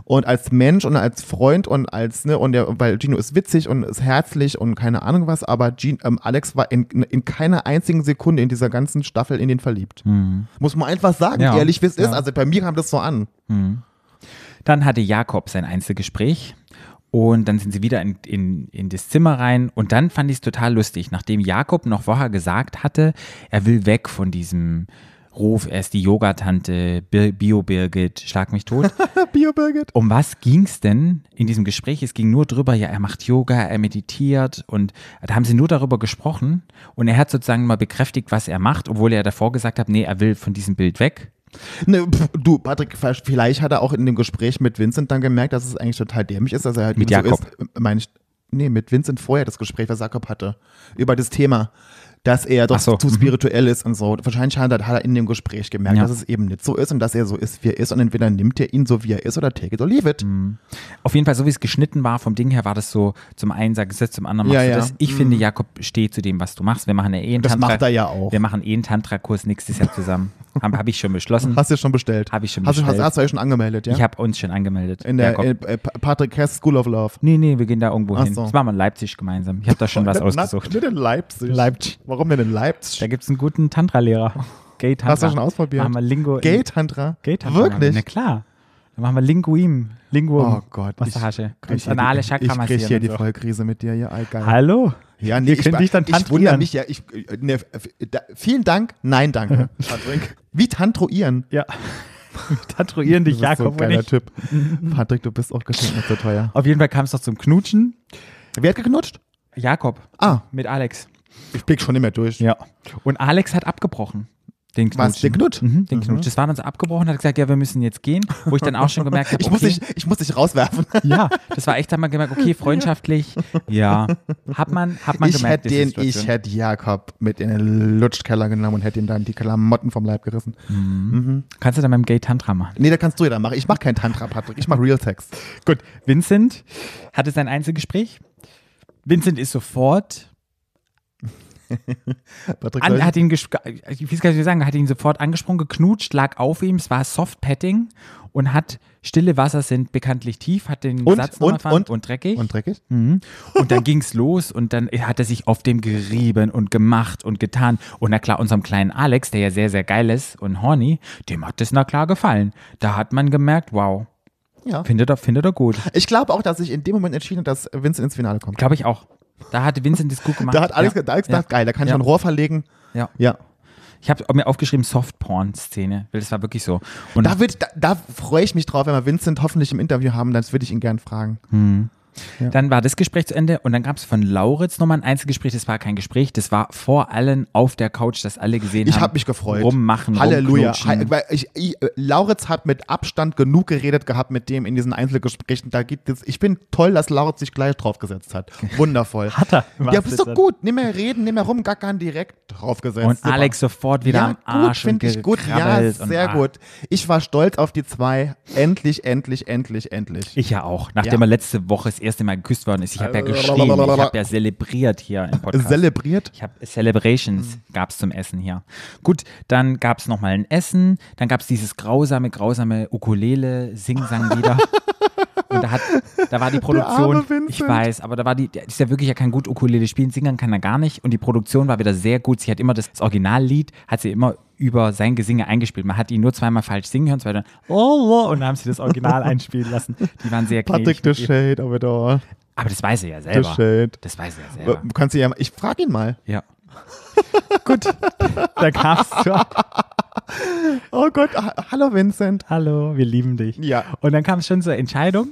Speaker 2: Und als Mensch und als Freund und als, ne, und der, weil Gino ist witzig und ist herzlich und keine Ahnung was, aber Gino, ähm, Alex war in, in keiner einzigen Sekunde in dieser ganzen Staffel in den verliebt. Muss man einfach sagen,
Speaker 1: Mhm. Ja.
Speaker 2: ehrlich wie es ist. Also bei mir kam das so an.
Speaker 1: Dann hatte Jakob sein Einzelgespräch Und dann sind sie wieder in, in, in das Zimmer rein. Und dann fand ich es total lustig, nachdem Jakob noch vorher gesagt hatte, er will weg von diesem Ruf, er ist die Yogatante, Bir- Bio-Birgit, schlag mich tot.
Speaker 2: Bio Birgit.
Speaker 1: Um was ging es denn in diesem Gespräch? Es ging nur drüber, ja, er macht Yoga, er meditiert und äh, da haben sie nur darüber gesprochen und er hat sozusagen mal bekräftigt, was er macht, obwohl er davor gesagt hat, nee, er will von diesem Bild weg.
Speaker 2: Ne, pf, du, Patrick, vielleicht hat er auch in dem Gespräch mit Vincent dann gemerkt, dass es eigentlich total dämlich ist, dass er halt
Speaker 1: Mit
Speaker 2: so
Speaker 1: Jakob.
Speaker 2: ist. Meine ich, nee, mit Vincent vorher das Gespräch, was Jakob hatte, über das Thema, dass er doch
Speaker 1: Ach so,
Speaker 2: zu
Speaker 1: mhm.
Speaker 2: spirituell ist und so. Wahrscheinlich hat er, hat er in dem Gespräch gemerkt,
Speaker 1: Ja.
Speaker 2: dass es eben nicht so ist und dass er so ist, wie er ist und entweder nimmt er ihn so, wie er ist oder take it or leave it.
Speaker 1: Mhm. Auf jeden Fall, so wie es geschnitten war, vom Ding her war das so, zum einen sagst du das, zum anderen machst
Speaker 2: Ja,
Speaker 1: du
Speaker 2: ja. Mhm.
Speaker 1: das. Ich finde, Jakob, steh zu dem, was du machst. Wir machen ja eh einen
Speaker 2: Das
Speaker 1: Tantra.
Speaker 2: macht er ja auch.
Speaker 1: Wir machen eh einen Tantra-Kurs nächstes Jahr
Speaker 2: [LAUGHS]
Speaker 1: zusammen. Habe hab ich schon beschlossen.
Speaker 2: Hast du schon bestellt?
Speaker 1: Hab ich schon
Speaker 2: hast Du,
Speaker 1: bestellt.
Speaker 2: hast, hast du euch schon angemeldet, ja?
Speaker 1: Ich habe uns schon angemeldet.
Speaker 2: in der
Speaker 1: Jakob.
Speaker 2: äh, äh, Pa- Patrick Hess School of Love.
Speaker 1: Nee, nee, wir gehen da irgendwo
Speaker 2: Ach
Speaker 1: hin.
Speaker 2: so.
Speaker 1: Das machen wir in Leipzig gemeinsam. Ich habe da schon was
Speaker 2: [LAUGHS] Na- na-
Speaker 1: ausgesucht.
Speaker 2: Nicht in Leipzig.
Speaker 1: Leipzig.
Speaker 2: Warum denn in
Speaker 1: Da
Speaker 2: Leipzig?
Speaker 1: gibt es einen guten
Speaker 2: [LAUGHS]
Speaker 1: Tantra-Lehrer. Gay Tantra.
Speaker 2: Hast du schon ausprobiert?
Speaker 1: Machen wir Lingo.
Speaker 2: Gay Tantra?
Speaker 1: Gay Tantra.
Speaker 2: Wirklich?
Speaker 1: Na klar. Dann machen wir Linguim. Linguim.
Speaker 2: Oh Gott.
Speaker 1: Massage.
Speaker 2: krieg
Speaker 1: Ganz
Speaker 2: hier
Speaker 1: halt
Speaker 2: die-
Speaker 1: anale
Speaker 2: Ich krieg hier
Speaker 1: Chakra-Massieren.
Speaker 2: die
Speaker 1: und so.
Speaker 2: Vollkrise mit dir, ja, ey, geil.
Speaker 1: Hallo?
Speaker 2: Ja,
Speaker 1: Wir können
Speaker 2: ich,
Speaker 1: dich dann
Speaker 2: ich wundere
Speaker 1: tantruieren.
Speaker 2: mich ja. Ich, äh, ne, äh, da, vielen Dank,
Speaker 1: [LAUGHS]
Speaker 2: nein, danke. Patrick. Wie tantruieren?
Speaker 1: Ja. Tatruieren dich,
Speaker 2: Das ist so ein
Speaker 1: Jakob. und
Speaker 2: geiler
Speaker 1: ich.
Speaker 2: Tipp.
Speaker 1: [LAUGHS]
Speaker 2: Patrick, du bist auch geschenkt nicht so teuer.
Speaker 1: Auf jeden Fall kam es doch zum Knutschen.
Speaker 2: Wer hat geknutscht?
Speaker 1: Jakob
Speaker 2: Ah,
Speaker 1: mit Alex.
Speaker 2: ich blick schon nicht mehr durch.
Speaker 1: Ja. Und Alex hat abgebrochen. Den Knutschen.
Speaker 2: Was, den Knutsch?
Speaker 1: Mhm, den Knutsch. Das war uns abgebrochen, hat gesagt, ja, wir müssen jetzt gehen. Wo ich dann auch schon gemerkt habe,
Speaker 2: [LAUGHS] Ich,
Speaker 1: okay,
Speaker 2: muss dich, ich muss dich rauswerfen.
Speaker 1: Ja, das war echt, da hat man gemerkt, okay, freundschaftlich, ja, hat man, hat man
Speaker 2: ich
Speaker 1: gemerkt,
Speaker 2: hätte
Speaker 1: diese
Speaker 2: den,
Speaker 1: Situation.
Speaker 2: ich hätte Jakob mit in den Lutschkeller genommen und hätte ihm dann die Klamotten vom Leib gerissen.
Speaker 1: Kannst du dann beim Gay Tantra machen.
Speaker 2: Nee, da kannst du ja dann machen. Ich mache keinen Tantra, Patrick. Ich mache Real Sex.
Speaker 1: Gut, Vincent hatte sein Einzelgespräch. Vincent ist sofort,
Speaker 2: Patrick, soll
Speaker 1: an,
Speaker 2: ich-
Speaker 1: hat ihn, ges- ich weiß gar nicht, wie ich sagen, hat ihn sofort angesprungen, geknutscht, lag auf ihm, es war Soft-Petting und hat, stille Wasser sind bekanntlich tief, hat den
Speaker 2: Und,
Speaker 1: Satz nochmal
Speaker 2: und,
Speaker 1: verhandelt
Speaker 2: und,
Speaker 1: und dreckig.
Speaker 2: und dreckig?
Speaker 1: Mhm. Und dann ging's los und dann hat er sich auf dem gerieben und gemacht und getan. Und na klar, unserem kleinen Alex, der ja sehr, sehr geil ist und horny, dem hat das na klar gefallen. Da hat man gemerkt, wow,
Speaker 2: Ja.
Speaker 1: findet er, findet er gut.
Speaker 2: Ich glaube auch, dass ich in dem Moment entschieden habe, dass Vincent ins Finale kommt.
Speaker 1: Glaube ich auch. Da hat Vincent das gut gemacht.
Speaker 2: Da hat Alex,
Speaker 1: ja.
Speaker 2: da Alex
Speaker 1: ja.
Speaker 2: gedacht, geil, da kann ich
Speaker 1: Ja.
Speaker 2: ein Rohr verlegen.
Speaker 1: Ja. Mhm.
Speaker 2: Ja.
Speaker 1: Ich habe mir aufgeschrieben, Softporn-Szene, weil das war wirklich so. Und
Speaker 2: Da, würd- da, da freue ich mich drauf, wenn wir Vincent hoffentlich im Interview haben, dann würde ich ihn gern fragen.
Speaker 1: Dann war das Gespräch zu Ende und dann gab es von Lauritz nochmal ein Einzelgespräch. Das war kein Gespräch, das war vor allen auf der Couch, dass alle gesehen
Speaker 2: Ich
Speaker 1: haben.
Speaker 2: habe mich gefreut.
Speaker 1: Rummachen,
Speaker 2: Halleluja.
Speaker 1: rumknutschen.
Speaker 2: Hall- weil Ich, ich, äh, Lauritz hat mit Abstand genug geredet gehabt mit dem in diesen Einzelgesprächen. Da geht es, ich bin toll, dass Lauritz sich gleich draufgesetzt hat. Wundervoll.
Speaker 1: [LAUGHS] Hat er.
Speaker 2: Ja, bist doch gut. Nimm mehr reden, nimm mehr rumgackern, direkt draufgesetzt.
Speaker 1: Und
Speaker 2: Super.
Speaker 1: Alex sofort wieder
Speaker 2: ja,
Speaker 1: am Arsch
Speaker 2: gut,
Speaker 1: und
Speaker 2: finde ich gut. Ja,
Speaker 1: gekrabbelt und-
Speaker 2: sehr
Speaker 1: ah.
Speaker 2: gut. Ich war stolz auf die zwei. Endlich, endlich, endlich, endlich.
Speaker 1: Ich ja auch. Nachdem
Speaker 2: Ja.
Speaker 1: er letzte Woche das erste Mal geküsst worden ist, ich habe ja geschrien, ich
Speaker 2: Lalalala. [LAUGHS]
Speaker 1: habe ja zelebriert hier im
Speaker 2: Äh,
Speaker 1: Podcast.
Speaker 2: Zelebriert.
Speaker 1: ich habe Celebrations
Speaker 2: Mhm.
Speaker 1: gab es zum Essen hier. Gut, dann gab es nochmal ein Essen, dann gab es dieses grausame, grausame Ukulele, Singsang
Speaker 2: [LAUGHS]
Speaker 1: wieder. Und da, hat, da war die Produktion,
Speaker 2: arme Vincent.
Speaker 1: ich weiß, aber da war die, der ist ja wirklich ja kein gut Ukulele spielen, singen kann er gar nicht. Und die Produktion war wieder sehr gut. Sie hat immer das, das Originallied, hat sie immer über sein Gesinge eingespielt. Man hat ihn nur zweimal falsch singen hören, zweimal, oh, oh, und dann haben sie das Original einspielen lassen. Die waren sehr gnädig
Speaker 2: Patrick, the
Speaker 1: mit ihr.
Speaker 2: shade of it all.
Speaker 1: Aber das weiß er ja selber.
Speaker 2: The shade.
Speaker 1: Das weiß er ja selber.
Speaker 2: Du Kannst du ja, ich frage ihn mal.
Speaker 1: Ja. Gut, da kamst du.
Speaker 2: Oh Gott, ha- hallo Vincent.
Speaker 1: Hallo, wir lieben dich.
Speaker 2: Ja.
Speaker 1: Und dann kam es schon zur Entscheidung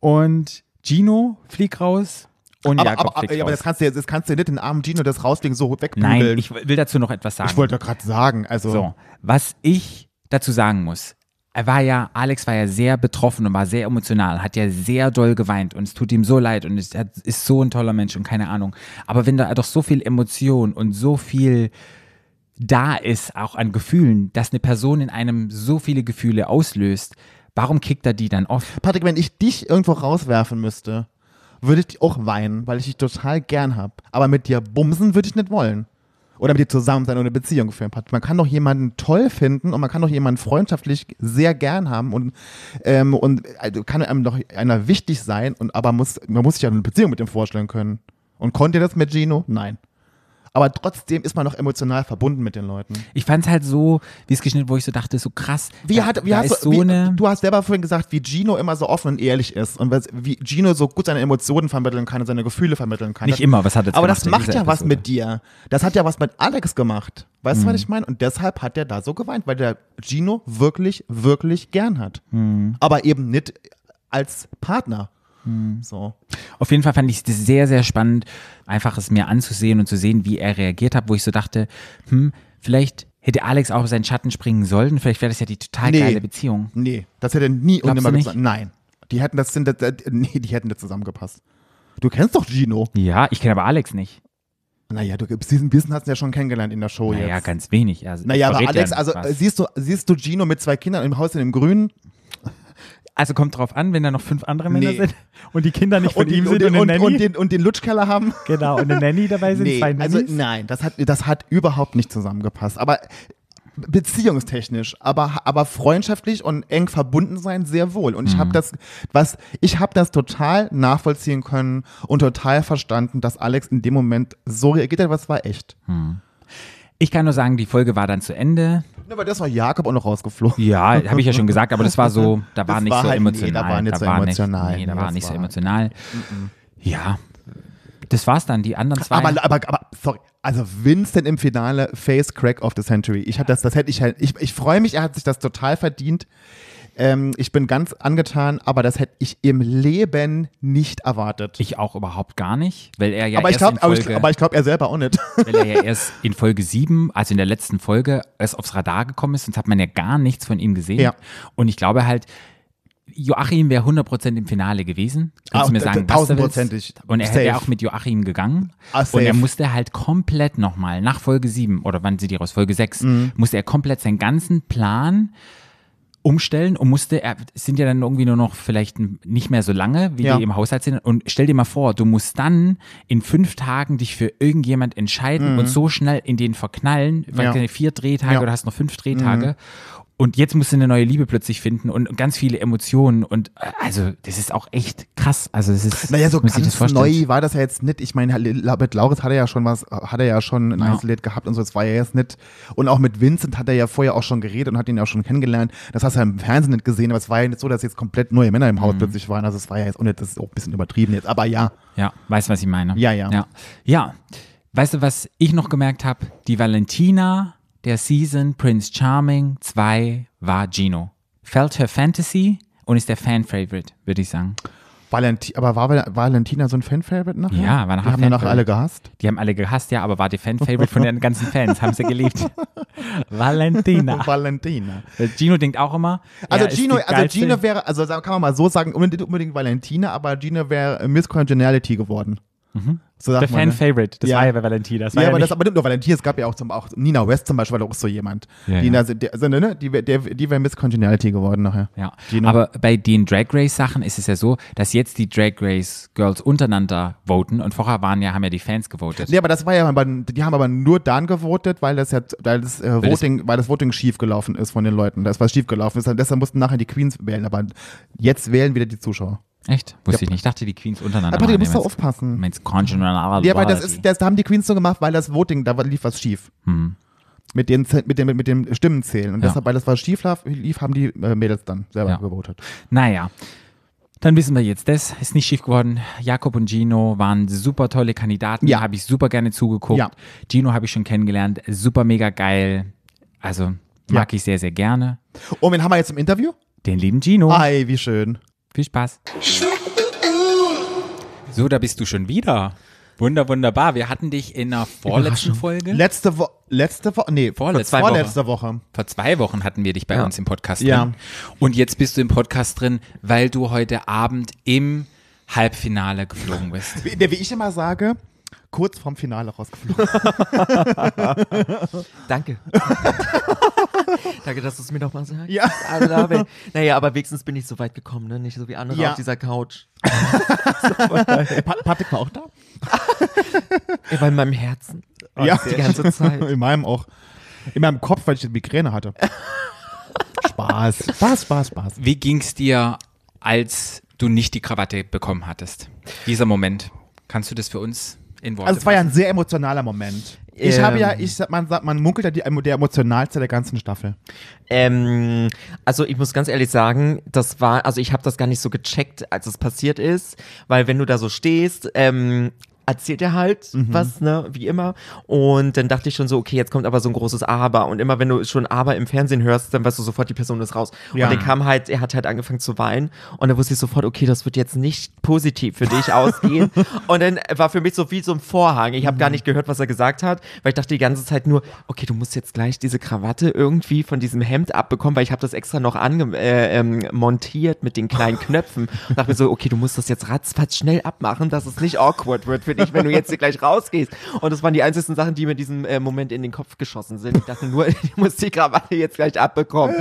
Speaker 1: und Gino fliegt raus und
Speaker 2: Aber,
Speaker 1: Jakob
Speaker 2: aber, aber,
Speaker 1: fliegt
Speaker 2: ja, aber
Speaker 1: raus.
Speaker 2: das kannst du jetzt, das kannst du nicht den armen Gino das rausfliegen, so
Speaker 1: Nein,
Speaker 2: wegbügeln.
Speaker 1: ich will dazu noch etwas sagen.
Speaker 2: ich wollte doch gerade sagen, also.
Speaker 1: So, was ich dazu sagen muss, er war ja, Alex war ja sehr betroffen und war sehr emotional, hat ja sehr doll geweint und es tut ihm so leid und ist, er ist so ein toller Mensch und keine Ahnung. Aber wenn da doch so viel Emotion und so viel da ist, auch an Gefühlen, dass eine Person in einem so viele Gefühle auslöst, warum kickt er die dann oft?
Speaker 2: Patrick, wenn ich dich irgendwo rauswerfen müsste, würde ich auch weinen, weil ich dich total gern habe. Aber mit dir bumsen würde ich nicht wollen. Oder mit dir zusammen sein oder eine Beziehung führen. Patrick, man kann doch jemanden toll finden und man kann doch jemanden freundschaftlich sehr gern haben und, ähm, und also kann einem doch einer wichtig sein, und, aber muss, man muss sich ja eine Beziehung mit dem vorstellen können. Und konnte ihr das mit Gino? Nein. aber trotzdem ist man noch emotional verbunden mit den Leuten.
Speaker 1: Ich fand es halt so, wie es geschnitten, wo ich so dachte, so krass.
Speaker 2: Wie
Speaker 1: da,
Speaker 2: hat, wie
Speaker 1: da
Speaker 2: hast
Speaker 1: ist
Speaker 2: du,
Speaker 1: so
Speaker 2: wie,
Speaker 1: eine,
Speaker 2: du hast selber vorhin gesagt, wie Gino immer so offen und ehrlich ist und was- wie Gino so gut seine Emotionen vermitteln kann und seine Gefühle vermitteln kann.
Speaker 1: Nicht
Speaker 2: Das-
Speaker 1: immer, was hat er jetzt
Speaker 2: Aber
Speaker 1: gemacht
Speaker 2: das
Speaker 1: in
Speaker 2: macht
Speaker 1: dieser
Speaker 2: ja was
Speaker 1: Episode? Mhm.
Speaker 2: mit dir. Das hat ja was mit Alex gemacht. Weißt du, was ich meine? Und deshalb hat er da so geweint, weil der Gino wirklich, wirklich gern hat.
Speaker 1: Mhm.
Speaker 2: Aber eben nicht als Partner.
Speaker 1: Mhm.
Speaker 2: So.
Speaker 1: Auf jeden Fall fand ich das sehr, sehr spannend, einfach es mir anzusehen und zu sehen, wie er reagiert hat, wo ich so dachte, hm, vielleicht hätte Alex auch über seinen Schatten springen sollen, vielleicht wäre das ja die total
Speaker 2: Nee.
Speaker 1: geile Beziehung.
Speaker 2: Nee, das hätte nie und
Speaker 1: Glaubst
Speaker 2: nimmer
Speaker 1: du nicht?
Speaker 2: gesagt. Nein. Die hätten das, sind, das, das, nee, die hätten das zusammengepasst. Du kennst doch Gino.
Speaker 1: Ja, ich kenne aber Alex nicht.
Speaker 2: Naja, du diesen Bissen hast du ja schon kennengelernt in der Show
Speaker 1: naja,
Speaker 2: Oh, jetzt.
Speaker 1: ganz wenig. Also,
Speaker 2: Naja, aber
Speaker 1: verrät ja
Speaker 2: Alex, also
Speaker 1: was.
Speaker 2: äh, siehst du, siehst du Gino mit zwei Kindern im Haus in dem Grünen
Speaker 1: also kommt drauf an, wenn da noch fünf andere Männer
Speaker 2: Nee.
Speaker 1: sind und die Kinder nicht von
Speaker 2: und,
Speaker 1: ihm
Speaker 2: den-
Speaker 1: sind
Speaker 2: und,
Speaker 1: und, eine
Speaker 2: den- und,
Speaker 1: Nanny.
Speaker 2: und, den, und den Lutschkeller haben?
Speaker 1: genau, und eine Nanny dabei sind,
Speaker 2: Nee,
Speaker 1: zwei Nannies.
Speaker 2: also nein, das hat, das hat überhaupt nicht zusammengepasst. Aber äh, beziehungstechnisch, aber, aber freundschaftlich und eng verbunden sein sehr wohl. Und
Speaker 1: Mhm.
Speaker 2: ich habe das, was, ich habe das total nachvollziehen können und total verstanden, dass Alex in dem Moment so reagiert hat, was war echt.
Speaker 1: Hm.
Speaker 2: Mhm.
Speaker 1: ich kann nur sagen, die Folge war dann zu Ende.
Speaker 2: Aber das war Jakob auch noch rausgeflogen.
Speaker 1: Ja, habe ich ja schon gesagt, aber das war so, da war
Speaker 2: Das
Speaker 1: nicht
Speaker 2: war
Speaker 1: so
Speaker 2: halt- nee,
Speaker 1: emotional.
Speaker 2: da war nicht so emotional.
Speaker 1: Nee, da
Speaker 2: Nee,
Speaker 1: war
Speaker 2: das
Speaker 1: nicht so
Speaker 2: war-
Speaker 1: emotional. Ja, das war's dann. Die anderen zwei.
Speaker 2: Aber, aber, aber, sorry. Also Vincent im Finale, Face Crack of the Century. Ich habe das, das hätte ich halt, ich, ich freue mich, er hat sich das total verdient. Ähm, ich bin ganz angetan, aber das hätte ich im Leben nicht erwartet.
Speaker 1: ich auch überhaupt gar nicht, weil er ja
Speaker 2: aber, ich
Speaker 1: erst
Speaker 2: glaub,
Speaker 1: in
Speaker 2: aber ich
Speaker 1: Folge,
Speaker 2: aber ich glaube, er selber auch nicht.
Speaker 1: weil er ja erst in Folge 7, also in der letzten Folge, erst aufs Radar gekommen ist, sonst hat man ja gar nichts von ihm gesehen.
Speaker 2: Ja.
Speaker 1: Und ich glaube halt, Joachim wäre 100% im Finale gewesen. Kannst
Speaker 2: Ah,
Speaker 1: du mir sagen, was du
Speaker 2: tausendprozentig.
Speaker 1: willst? Und er
Speaker 2: Safe.
Speaker 1: wäre auch mit Joachim gegangen.
Speaker 2: Ah,
Speaker 1: und er
Speaker 2: safe.
Speaker 1: musste halt komplett nochmal nach Folge 7 oder wann sind die raus? Folge 6,
Speaker 2: Mhm.
Speaker 1: musste er komplett seinen ganzen Plan umstellen und musste, er es sind ja dann irgendwie nur noch vielleicht n- nicht mehr so lange, wie
Speaker 2: Ja.
Speaker 1: die im Haushalt sind. Und stell dir mal vor, du musst dann in fünf Tagen dich für irgendjemand entscheiden und so schnell in den verknallen, weil
Speaker 2: Mhm. Ja.
Speaker 1: du vier Drehtage
Speaker 2: Ja. Mhm.
Speaker 1: oder hast noch fünf Drehtage. Und jetzt musst du eine neue Liebe plötzlich finden und ganz viele Emotionen. Und äh, also, das ist auch echt krass. Also, das ist.
Speaker 2: Naja, so
Speaker 1: muss ich das
Speaker 2: ganz
Speaker 1: vorstellen.
Speaker 2: neu war das ja jetzt nicht. Ich meine, mit Lauritz hat er ja schon was, hat er ja schon ein
Speaker 1: Ja.
Speaker 2: Isolate gehabt und so, das war ja jetzt nicht. Und auch mit Vincent hat er ja vorher auch schon geredet und hat ihn ja auch schon kennengelernt. Das hast du ja im Fernsehen nicht gesehen, aber es war ja nicht so, dass jetzt komplett neue Männer im Haus
Speaker 1: Mhm.
Speaker 2: plötzlich waren. Also es war ja jetzt, und das ist auch ein bisschen übertrieben jetzt, aber ja.
Speaker 1: Ja, weißt du, was ich meine?
Speaker 2: Ja, ja.
Speaker 1: Ja, ja. weißt du, was ich noch gemerkt habe? Die Valentina der Season Prince Charming 2 war Gino. Felt her Fantasy und ist der Fan-Favorite, würde ich sagen.
Speaker 2: Valenti aber war Val- Valentina so ein Fan-Favorite nachher?
Speaker 1: Ja, war nachher
Speaker 2: Die haben danach
Speaker 1: Fan-Favorite.
Speaker 2: alle gehasst.
Speaker 1: Die haben alle gehasst, ja, aber war die Fan-Favorite von
Speaker 2: [LAUGHS]
Speaker 1: den ganzen Fans, haben sie geliebt. Valentina.
Speaker 2: Oh, Valentina.
Speaker 1: Gino denkt auch immer. er
Speaker 2: Also
Speaker 1: ist die
Speaker 2: Gino, also
Speaker 1: geilste.
Speaker 2: Gino wäre, also sagen- kann man mal so sagen, unbedingt, unbedingt Valentina, aber Gino wäre Miss Congeniality geworden. So
Speaker 1: Mhm. der
Speaker 2: sagt man, ne?
Speaker 1: Fan-Favorite, das
Speaker 2: Ja.
Speaker 1: war ja bei Valentina. Das war
Speaker 2: Ja,
Speaker 1: ja,
Speaker 2: aber
Speaker 1: nicht,
Speaker 2: das aber nicht nur Valentin, es gab ja auch zum auch Nina West zum Beispiel war doch auch so jemand.
Speaker 1: Ja,
Speaker 2: die,
Speaker 1: ja.
Speaker 2: da- der, also, ne, die, wär- der, die wäre Miss Congeniality geworden nachher.
Speaker 1: Ja,
Speaker 2: Gino.
Speaker 1: aber bei den Drag Race Sachen ist es ja so, dass jetzt die Drag Race Girls untereinander voten und vorher waren ja, haben ja die Fans gewotet.
Speaker 2: Nee, aber das war ja, aber- die haben aber nur dann gewotet, weil das ja, weil das, äh,
Speaker 1: das-
Speaker 2: Voting, weil das Voting schief gelaufen ist von den Leuten. Da ist was schief gelaufen ist. Deshalb mussten nachher die Queens wählen, aber jetzt wählen wieder die Zuschauer.
Speaker 1: Echt? Wusste ich nicht. Ich dachte, die Queens untereinander.
Speaker 2: Aber du
Speaker 1: machen
Speaker 2: musst
Speaker 1: immer
Speaker 2: da
Speaker 1: jetzt-
Speaker 2: aufpassen.
Speaker 1: Meinst Conjugal
Speaker 2: Ja, weil das
Speaker 1: also
Speaker 2: ist, das haben die Queens so gemacht, weil das Voting, da war- lief was schief. Mit, den, Ze- mit, dem, mit dem Stimmenzählen. Und
Speaker 1: Hm. Ja.
Speaker 2: deshalb, weil das was schief lief- lief, haben die äh, Mädels dann selber
Speaker 1: Ja.
Speaker 2: gewotet.
Speaker 1: Naja. Dann wissen wir jetzt das. Ist nicht schief geworden. Jakob und Gino waren super tolle Kandidaten.
Speaker 2: Ja.
Speaker 1: Habe ich super gerne zugeguckt.
Speaker 2: Ja.
Speaker 1: Gino habe ich schon kennengelernt. Super mega geil. Also mag ich sehr, sehr gerne.
Speaker 2: Und wen haben wir jetzt im Interview?
Speaker 1: Den lieben Gino.
Speaker 2: Hi, wie schön.
Speaker 1: Viel Spaß. So, da bist du schon wieder. Wunder, wunderbar. Wir hatten dich in der vorletzten Folge.
Speaker 2: Letzte Woche, letzte Woche, nee,
Speaker 1: Vorletzte
Speaker 2: vor-
Speaker 1: Woche.
Speaker 2: vorletzte Woche.
Speaker 1: Vor zwei Wochen hatten wir dich bei uns im Podcast drin.
Speaker 2: Ja.
Speaker 1: Und jetzt bist du im Podcast drin, weil du heute Abend im Halbfinale geflogen bist.
Speaker 2: Wie, der, wie ich immer sage, kurz vorm Finale [LAUGHS] rausgeflogen.
Speaker 4: Danke. [LAUGHS] Danke, dass du es mir nochmal sagst.
Speaker 2: Ja.
Speaker 4: I love it. Naja, aber wenigstens bin ich so weit gekommen, ne? Nicht so wie andere
Speaker 2: Ja.
Speaker 4: auf dieser Couch.
Speaker 2: Pat Patrick war auch da?
Speaker 4: Ey, bei meinem Herzen. Oh,
Speaker 2: ja,
Speaker 4: Die ganze
Speaker 2: [LAUGHS]
Speaker 4: Zeit.
Speaker 2: In meinem auch. In meinem Kopf, weil ich Migräne hatte. Spaß. Spaß, Spaß, Spaß.
Speaker 1: Wie ging es dir, als du nicht die Krawatte bekommen hattest? Dieser Moment. Kannst du das für uns in Worte
Speaker 2: Also es war ja
Speaker 1: fassen?
Speaker 2: ein sehr emotionaler Moment. Ich
Speaker 4: ähm,
Speaker 2: habe ja, ich sag- man sagt, man munkelt ja die, der emotionalste der ganzen Staffel.
Speaker 4: Ähm, also ich muss ganz ehrlich sagen, das war, also ich habe das gar nicht so gecheckt, als es passiert ist, weil wenn du da so stehst, ähm, erzählt er halt was, ne, wie immer. Und dann dachte ich schon so, okay, jetzt kommt aber so ein großes Aber. Und immer wenn du schon Aber im Fernsehen hörst, dann weißt du sofort, die Person ist raus.
Speaker 2: Ja.
Speaker 4: Und dann kam halt, er hat halt angefangen zu weinen. Und dann wusste ich sofort, okay, das wird jetzt nicht positiv für dich ausgehen. Und dann war für mich so wie so ein Vorhang. Ich habe gar nicht gehört, was er gesagt hat, weil ich dachte die ganze Zeit nur, okay, du musst jetzt gleich diese Krawatte irgendwie von diesem Hemd abbekommen, weil ich habe das extra noch ange äh, ähm, montiert mit den kleinen Knöpfen. Und dachte mir so, okay, du musst das jetzt ratzfatz schnell abmachen, dass es nicht awkward wird für dich, wenn du jetzt hier gleich rausgehst. Und das waren die einzigen Sachen, die mir in diesem äh, Moment in den Kopf geschossen sind. Ich dachte nur, [LAUGHS] ich muss die Krawatte jetzt gleich abbekommen.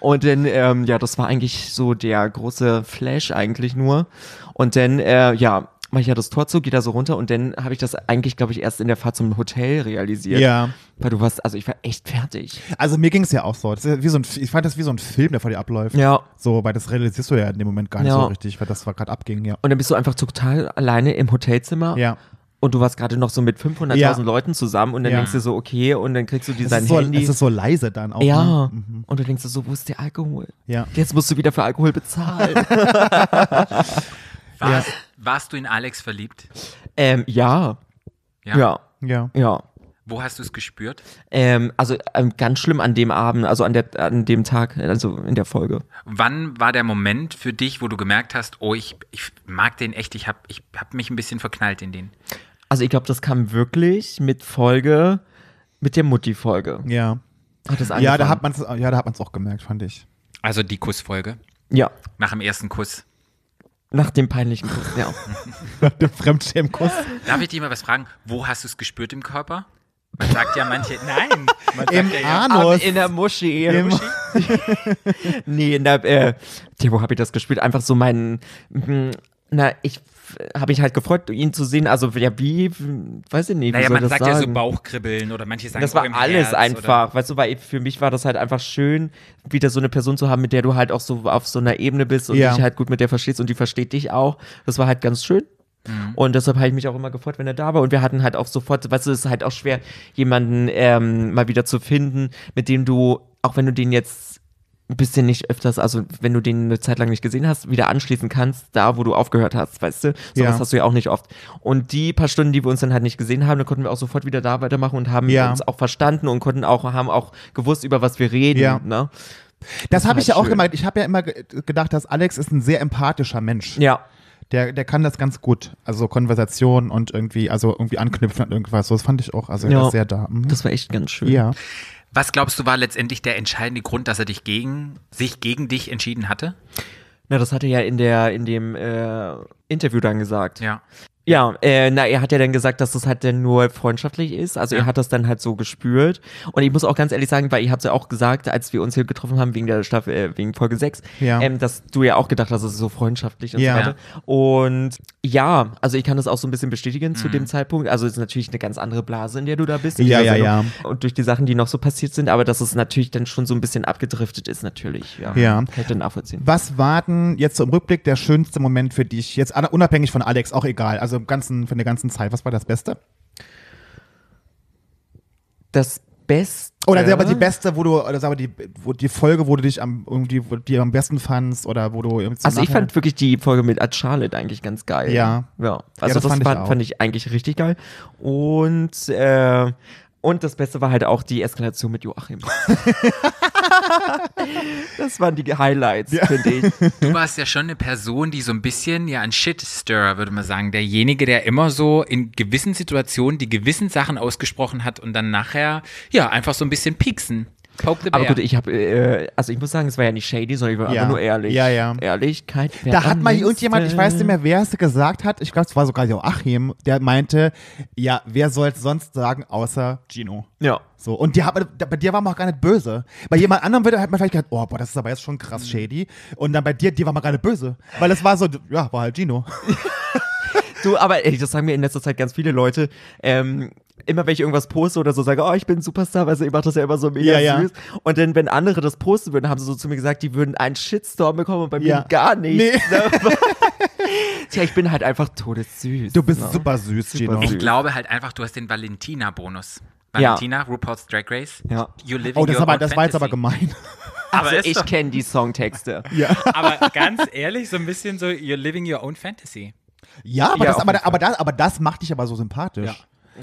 Speaker 4: Und dann, ähm, ja, das war eigentlich so der große Flash eigentlich nur. Und dann, äh, ja, mache ich ja das Tor zu, gehe da so runter und dann habe ich das eigentlich, glaube ich, erst in der Fahrt zum Hotel realisiert.
Speaker 2: Ja.
Speaker 4: Weil du warst, also ich war echt fertig.
Speaker 2: Also mir ging es ja auch so. Das ist ja wie so ein, ich fand das wie so ein Film, der vor dir abläuft.
Speaker 4: Ja.
Speaker 2: So, weil das realisierst du ja in dem Moment gar nicht
Speaker 4: Ja.
Speaker 2: so richtig, weil das war gerade abging, ja.
Speaker 4: Und dann bist du einfach total alleine im Hotelzimmer.
Speaker 2: Ja.
Speaker 4: Und du warst gerade noch so mit 500.000
Speaker 2: Ja.
Speaker 4: Leuten zusammen und dann
Speaker 2: Ja.
Speaker 4: denkst du so, okay, und dann kriegst du die
Speaker 2: Es
Speaker 4: sein
Speaker 2: ist, so,
Speaker 4: Handy.
Speaker 2: es ist so leise dann auch.
Speaker 4: ja.
Speaker 2: Ne?
Speaker 4: Und du denkst dir so, wo ist der Alkohol?
Speaker 2: Ja.
Speaker 4: Jetzt musst du wieder für Alkohol bezahlen.
Speaker 2: [LAUGHS]
Speaker 1: Warst, warst du in Alex verliebt?
Speaker 4: ähm, ja.
Speaker 1: Ja.
Speaker 4: Ja.
Speaker 2: Ja.
Speaker 4: ja.
Speaker 1: Wo hast du es gespürt?
Speaker 4: Ähm, also ähm, ganz schlimm an dem Abend, also an, der, an dem Tag, also in der Folge.
Speaker 1: Wann war der Moment für dich, wo du gemerkt hast, oh, ich, ich mag den echt, ich habe ich hab mich ein bisschen verknallt in den?
Speaker 4: Also ich glaube, das kam wirklich mit Folge, mit der Mutti-Folge.
Speaker 2: Ja.
Speaker 4: Hat das
Speaker 2: Ja, da
Speaker 4: angefangen.
Speaker 2: hat man es ja, da hat man's auch gemerkt, fand ich. [LAUGHS]
Speaker 1: Also die Kussfolge,
Speaker 4: Ja,
Speaker 1: nach dem ersten Kuss.
Speaker 4: nach dem peinlichen Kuss, ja.
Speaker 2: Der Fremdschämkuss.
Speaker 1: Darf ich dir mal was fragen? Wo hast du es gespürt im Körper? Man sagt ja manche,
Speaker 4: [LAUGHS]
Speaker 1: nein. Man sagt
Speaker 2: Im
Speaker 1: ja, ja,
Speaker 4: Aber
Speaker 2: Anus.
Speaker 4: in der Muschi.
Speaker 2: Im-
Speaker 4: [LAUGHS] nee, in der, äh, tja, wo habe ich das gespielt? Einfach so meinen, mm, na, ich habe mich halt gefreut, ihn zu sehen. Also, ja, wie, weiß ich nicht, wie
Speaker 1: Naja,
Speaker 4: soll
Speaker 1: man
Speaker 4: das
Speaker 1: sagt
Speaker 4: sagen?
Speaker 1: ja so Bauchkribbeln oder manche sagen
Speaker 4: das
Speaker 1: auch
Speaker 4: war
Speaker 1: im
Speaker 4: alles
Speaker 1: Herz
Speaker 4: einfach, weißt du, weil ich- für mich war das halt einfach schön, wieder so eine Person zu haben, mit der du halt auch so auf so einer Ebene bist und
Speaker 2: Ja.
Speaker 4: dich halt gut mit der verstehst und die versteht dich auch. Das war halt ganz schön.
Speaker 1: Mhm.
Speaker 4: Und deshalb habe ich mich auch immer gefreut, wenn er da war. Und wir hatten halt auch sofort, weißt du, es ist halt auch schwer, jemanden ähm, mal wieder zu finden, mit dem du, auch wenn du den jetzt ein bisschen nicht öfters, also wenn du den eine Zeit lang nicht gesehen hast, wieder anschließen kannst, da wo du aufgehört hast, weißt du? Sowas
Speaker 2: Ja.
Speaker 4: hast du ja auch nicht oft. Und die paar Stunden, die wir uns dann halt nicht gesehen haben, dann konnten wir auch sofort wieder da weitermachen und haben
Speaker 2: Ja.
Speaker 4: uns auch verstanden und konnten auch, haben auch gewusst, über was wir reden.
Speaker 2: Ja.
Speaker 4: Ne?
Speaker 2: Das habe ich ja
Speaker 4: war
Speaker 2: auch
Speaker 4: schön.
Speaker 2: gemerkt. Ich habe ja immer ge gedacht, dass Alex ist ein sehr empathischer Mensch.
Speaker 4: ja.
Speaker 2: Der, der kann das ganz gut. Also Konversation und irgendwie, also irgendwie anknüpfen an irgendwas. So, das fand ich auch. Also er
Speaker 4: Ja.
Speaker 2: ist sehr da. Mhm.
Speaker 4: Das war echt ganz schön.
Speaker 2: ja.
Speaker 1: Was glaubst du war letztendlich der entscheidende Grund, dass er dich gegen, sich gegen dich entschieden hatte?
Speaker 4: Na, das hat er ja in der, in dem äh, Interview dann gesagt.
Speaker 1: Ja.
Speaker 4: Ja, äh, na, er hat ja dann gesagt, dass das halt dann nur freundschaftlich ist. Also
Speaker 1: Ja.
Speaker 4: er hat das dann halt so gespürt. Und ich muss auch ganz ehrlich sagen, weil ich hab's ja auch gesagt, als wir uns hier getroffen haben wegen der Staffel, äh, wegen Folge 6,
Speaker 2: Ja.
Speaker 4: ähm, dass du ja auch gedacht hast, es ist so freundschaftlich und
Speaker 2: Ja.
Speaker 4: so weiter. Und ja, also ich kann das auch so ein bisschen bestätigen zu dem Zeitpunkt. Also es ist natürlich eine ganz andere Blase, in der du da bist. in
Speaker 2: Mhm. Ja,
Speaker 4: dieser
Speaker 2: ja,
Speaker 4: Sendung. Und durch die Sachen, die noch so passiert sind, aber dass es natürlich dann schon so ein bisschen abgedriftet ist, natürlich. Ja.
Speaker 2: Ja.
Speaker 4: Kann ich dann nachvollziehen.
Speaker 2: Was war denn jetzt so im Rückblick der schönste Moment für dich? Jetzt an- unabhängig von Alex, auch egal. Also im ganzen, von der ganzen Zeit. Was war das Beste?
Speaker 4: Das Beste.
Speaker 2: Oder aber
Speaker 4: Äh.
Speaker 2: die beste, wo du, oder sag mal, die, wo die Folge, wo du dich am, irgendwie, wo du die am besten fandst oder wo du. jetzt
Speaker 4: Also ich
Speaker 2: nachher-
Speaker 4: fand wirklich die Folge mit Ad Charlotte eigentlich ganz geil.
Speaker 2: Ja.
Speaker 4: Ja. Also
Speaker 2: das
Speaker 4: das,
Speaker 2: fand ich
Speaker 4: fand,
Speaker 2: auch.
Speaker 4: ich fand ich eigentlich richtig geil. Und, äh, und das Beste war halt auch die Eskalation
Speaker 2: [LAUGHS]
Speaker 4: mit Joachim. das waren die Highlights, finde ich.
Speaker 1: Du warst ja schon eine Person, die so ein bisschen ja ein Shitstirrer, würde man sagen. Derjenige, der immer so in gewissen Situationen die gewissen Sachen ausgesprochen hat und dann nachher ja einfach so ein bisschen pieksen. Poke the
Speaker 4: Aber
Speaker 1: bear.
Speaker 4: gut, ich habe, äh, also ich muss sagen, es war ja nicht shady, sondern ich war
Speaker 2: Ja.
Speaker 4: einfach nur ehrlich.
Speaker 2: Ja, ja.
Speaker 4: Ehrlichkeit. wäre
Speaker 2: Da hat
Speaker 4: am
Speaker 2: mal irgendjemand, ich
Speaker 4: besten.
Speaker 2: weiß nicht mehr, wer es gesagt hat, ich glaube, es war sogar Joachim, der meinte, ja, wer soll es sonst sagen, außer Gino.
Speaker 4: Ja.
Speaker 2: So, und die, haben- da- bei dir war man auch gar nicht böse. Bei jemand anderem wird- hat man vielleicht gedacht, oh, boah, das ist aber jetzt schon
Speaker 4: Mhm.
Speaker 2: krass shady. Und dann bei dir, die war man gar nicht böse. Weil es war so, ja, war halt Gino.
Speaker 4: Du, aber ey, das sagen mir in letzter Zeit ganz viele Leute. Ähm, immer wenn ich irgendwas poste oder so sage, oh, ich bin ein Superstar, weißt du, ich mach das ja immer so mega
Speaker 2: Ja, ja.
Speaker 4: süß. Und dann, wenn andere das posten würden, haben sie so zu mir gesagt, die würden einen Shitstorm bekommen und bei
Speaker 2: Ja.
Speaker 4: mir gar nicht.
Speaker 2: [LAUGHS] Nee.
Speaker 4: Tja, ich bin halt einfach todessüß.
Speaker 2: Du bist
Speaker 4: ne?
Speaker 2: super süß,
Speaker 4: Super
Speaker 2: Gino.
Speaker 4: süß.
Speaker 1: ich glaube halt einfach, du hast den Valentina-Bonus. Valentina, RuPaul's Drag Race.
Speaker 4: Ja.
Speaker 1: You living
Speaker 2: Oh, das,
Speaker 1: your
Speaker 2: aber,
Speaker 1: own
Speaker 2: das war jetzt aber
Speaker 1: fantasy.
Speaker 2: gemein.
Speaker 1: Aber
Speaker 4: Also
Speaker 1: ist
Speaker 4: ich
Speaker 1: doch-
Speaker 4: kenne die Songtexte.
Speaker 1: Aber ganz ehrlich, so ein bisschen so, you're living your own fantasy.
Speaker 2: Ja, aber,
Speaker 4: Ja,
Speaker 2: das,
Speaker 4: auf
Speaker 2: aber,
Speaker 4: jeden Mhm.
Speaker 2: aber, das, aber das macht dich aber so sympathisch.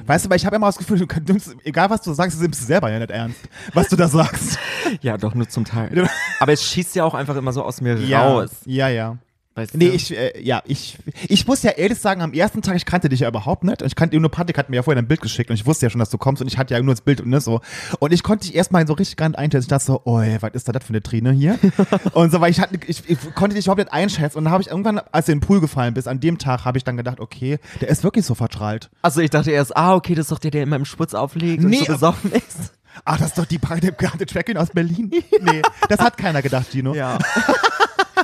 Speaker 2: Weißt du, weil ich habe immer das Gefühl, du kannst, nimmst- egal was du sagst, du nimmst es selber ja nicht ernst, was du da
Speaker 4: [LAUGHS]
Speaker 2: sagst.
Speaker 4: Ja, doch, nur zum Teil. Aber es schießt ja auch einfach immer so aus mir raus.
Speaker 2: Ja, ja.
Speaker 4: Weißt
Speaker 2: Nee,
Speaker 4: du?
Speaker 2: ich, äh, ja, ich, ich muss ja ehrlich sagen, am ersten Tag, ich kannte dich ja überhaupt nicht. Und ich kannte nur Patrick, hat mir ja vorher ein Bild geschickt und ich wusste ja schon, dass du kommst und ich hatte ja nur das Bild und ne, so. Und ich konnte dich erstmal so richtig gar nicht einschätzen. Ich dachte so, oi, was ist da das für eine Trine
Speaker 4: [LAUGHS]
Speaker 2: hier? und so, weil ich, hatte, ich, ich konnte dich überhaupt nicht einschätzen. Und dann habe ich irgendwann, als du in den Pool gefallen bist, an dem Tag habe ich dann gedacht, okay, der ist wirklich so verstrahlt.
Speaker 4: Also ich dachte erst, ah, okay, das ist doch der, der immer im Schmutz aufliegt
Speaker 2: Nee,
Speaker 4: und so besoffen ist.
Speaker 2: Ach, Ah, das ist doch die Party, die Tracking aus Berlin. Nee, das hat keiner gedacht, Gino.
Speaker 4: Ja.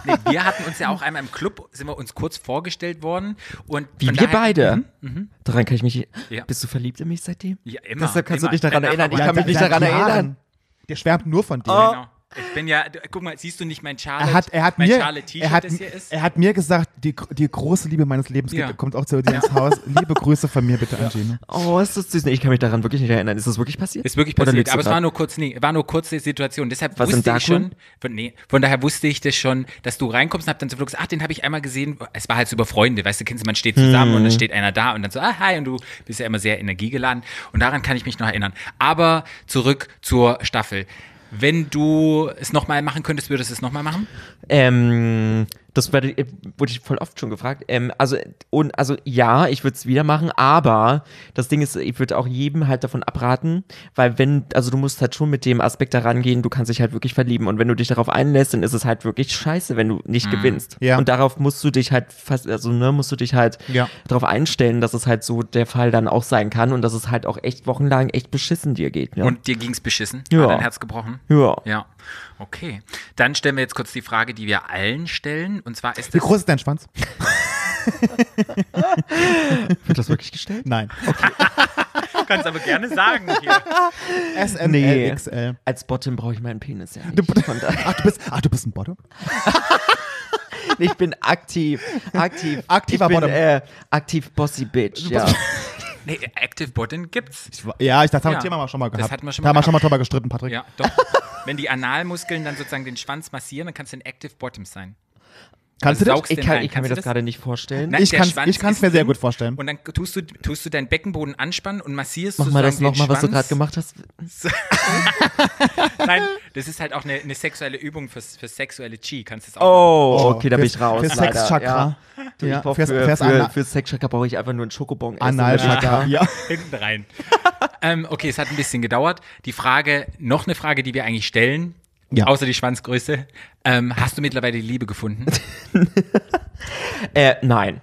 Speaker 1: Nee, wir hatten uns ja auch einmal im Club, sind wir uns kurz vorgestellt worden. Und
Speaker 4: Wie
Speaker 1: von
Speaker 4: wir
Speaker 1: daher-
Speaker 4: beide.
Speaker 1: Mhm.
Speaker 4: Daran kann ich mich.
Speaker 1: Ja.
Speaker 4: Bist du verliebt in mich seitdem?
Speaker 1: Ja, immer.
Speaker 4: Deshalb kannst
Speaker 1: immer.
Speaker 4: du dich daran
Speaker 1: Danach
Speaker 4: erinnern. Ich
Speaker 1: aber-
Speaker 2: Ja,
Speaker 4: kann mich nicht
Speaker 2: seit
Speaker 4: daran
Speaker 2: Jahren.
Speaker 4: erinnern.
Speaker 2: Der schwärmt nur von dir.
Speaker 1: Genau. Ich bin ja, du- guck mal, siehst du nicht mein Charlotte,
Speaker 2: Er hat, er hat
Speaker 1: mein
Speaker 2: mir,
Speaker 1: Charlotte T-Shirt,
Speaker 2: er hat,
Speaker 1: das hier ist?
Speaker 2: er hat mir gesagt, die, die große Liebe meines Lebens
Speaker 1: Ja.
Speaker 2: geht, kommt auch zu dir ins Haus. Liebe Grüße von mir bitte, Angine.
Speaker 4: Oh, ist das süß. Nee, ich kann mich daran wirklich nicht erinnern. Ist das wirklich passiert?
Speaker 1: Ist wirklich
Speaker 4: Oder
Speaker 1: passiert,
Speaker 4: lügst du
Speaker 1: aber es
Speaker 4: grad?
Speaker 1: war nur kurz, nee, war nur kurze Situation. Deshalb
Speaker 4: Was, im
Speaker 1: wusste ich
Speaker 4: Darkroom?
Speaker 1: schon, von, nee, von daher wusste ich das schon, dass du reinkommst und hab dann zum Flug gesagt, ach, den habe ich einmal gesehen. Es war halt so über Freunde, weißt du, kennst du, man steht zusammen und dann
Speaker 4: Hm.
Speaker 1: steht einer da und dann so, ah, hi, und du bist ja immer sehr energiegeladen. Und daran kann ich mich noch erinnern. Aber zurück zur Staffel. Wenn du es nochmal machen könntest, würdest du es nochmal machen?
Speaker 4: Ähm, das werde, wurde ich voll oft schon gefragt. Ähm, also, und, also ja, ich würde es wieder machen, aber das Ding ist, ich würde auch jedem halt davon abraten, weil wenn, also du musst halt schon mit dem Aspekt daran gehen, du kannst dich halt wirklich verlieben und wenn du dich darauf einlässt, dann ist es halt wirklich scheiße, wenn du nicht gewinnst.
Speaker 2: Mhm. Ja.
Speaker 4: Und darauf musst du dich halt fast, also ne, musst du dich halt
Speaker 2: Ja.
Speaker 4: darauf einstellen, dass es halt so der Fall dann auch sein kann und dass es halt auch echt wochenlang echt beschissen dir geht. Ne?
Speaker 1: Und dir ging's beschissen?
Speaker 4: Ja.
Speaker 1: War dein Herz gebrochen?
Speaker 4: ja.
Speaker 1: Ja. Okay. Dann stellen wir jetzt kurz die Frage, die wir allen stellen. Und zwar ist
Speaker 2: Wie
Speaker 1: das.
Speaker 2: groß ist dein Schwanz?
Speaker 4: Wird das wirklich gestellt?
Speaker 2: Nein.
Speaker 1: Du [LAUGHS] kannst aber gerne sagen hier.
Speaker 2: SML,
Speaker 4: Nee.
Speaker 2: XL.
Speaker 4: Als Bottom brauche ich meinen Penis ja nicht.
Speaker 2: Du-
Speaker 4: Von daher-
Speaker 2: Ach, du bist, ach, du bist ein Bottom?
Speaker 4: Ich bin aktiv, aktiv,
Speaker 2: Aktiver
Speaker 4: ich bin,
Speaker 2: Bottom.
Speaker 4: äh, aktiv Bossy Bitch. Ja.
Speaker 1: Nee, Active Bottom gibt's.
Speaker 2: Ich war- Ja, ich, das haben wir
Speaker 1: Ja.
Speaker 2: Thema mal schon mal
Speaker 1: Das
Speaker 2: gehabt.
Speaker 1: hatten wir schon
Speaker 2: da
Speaker 1: mal
Speaker 2: haben wir schon mal drüber gestritten, Patrick.
Speaker 1: Ja, doch. Wenn die Analmuskeln dann sozusagen den Schwanz massieren, dann kannst du ein Active Bottom sein.
Speaker 2: Kannst du
Speaker 1: Also
Speaker 2: das?
Speaker 1: saugst
Speaker 4: Ich
Speaker 1: den
Speaker 4: kann,
Speaker 1: rein.
Speaker 4: ich kann mir
Speaker 1: Kannst du
Speaker 4: das gerade nicht vorstellen.
Speaker 1: Nein,
Speaker 2: Ich
Speaker 1: der
Speaker 2: kann's-
Speaker 1: Schwanz
Speaker 2: ich kann's
Speaker 1: ist
Speaker 2: mir sehr
Speaker 1: drin
Speaker 2: gut vorstellen.
Speaker 1: Und dann tust du, tust du deinen Beckenboden anspannen und massierst
Speaker 4: Mach mal das
Speaker 1: sozusagen den
Speaker 4: nochmal, was du
Speaker 1: Schwanz.
Speaker 4: gerade gemacht hast.
Speaker 1: Nein, das ist halt auch eine, eine sexuelle Übung für, für sexuelle Chi. Kannst du das auch
Speaker 4: Oh, okay, da bin
Speaker 2: fürs-
Speaker 4: ich raus.
Speaker 2: Fürs
Speaker 4: leider,
Speaker 2: Sexchakra.
Speaker 4: Ja. Du, ich brauch
Speaker 2: fürs,
Speaker 4: für,
Speaker 2: fürs
Speaker 4: für,
Speaker 2: Ana-
Speaker 4: für Sexchakra brauche ich einfach nur einen Schokobon. essen.
Speaker 2: Analchakra. Ja.
Speaker 1: hinten rein. ähm, okay, es hat ein bisschen gedauert. Die Frage, noch eine Frage, die wir eigentlich stellen,
Speaker 2: Ja.
Speaker 1: außer die Schwanzgröße. Ähm, hast du mittlerweile die Liebe gefunden?
Speaker 4: Äh, nein.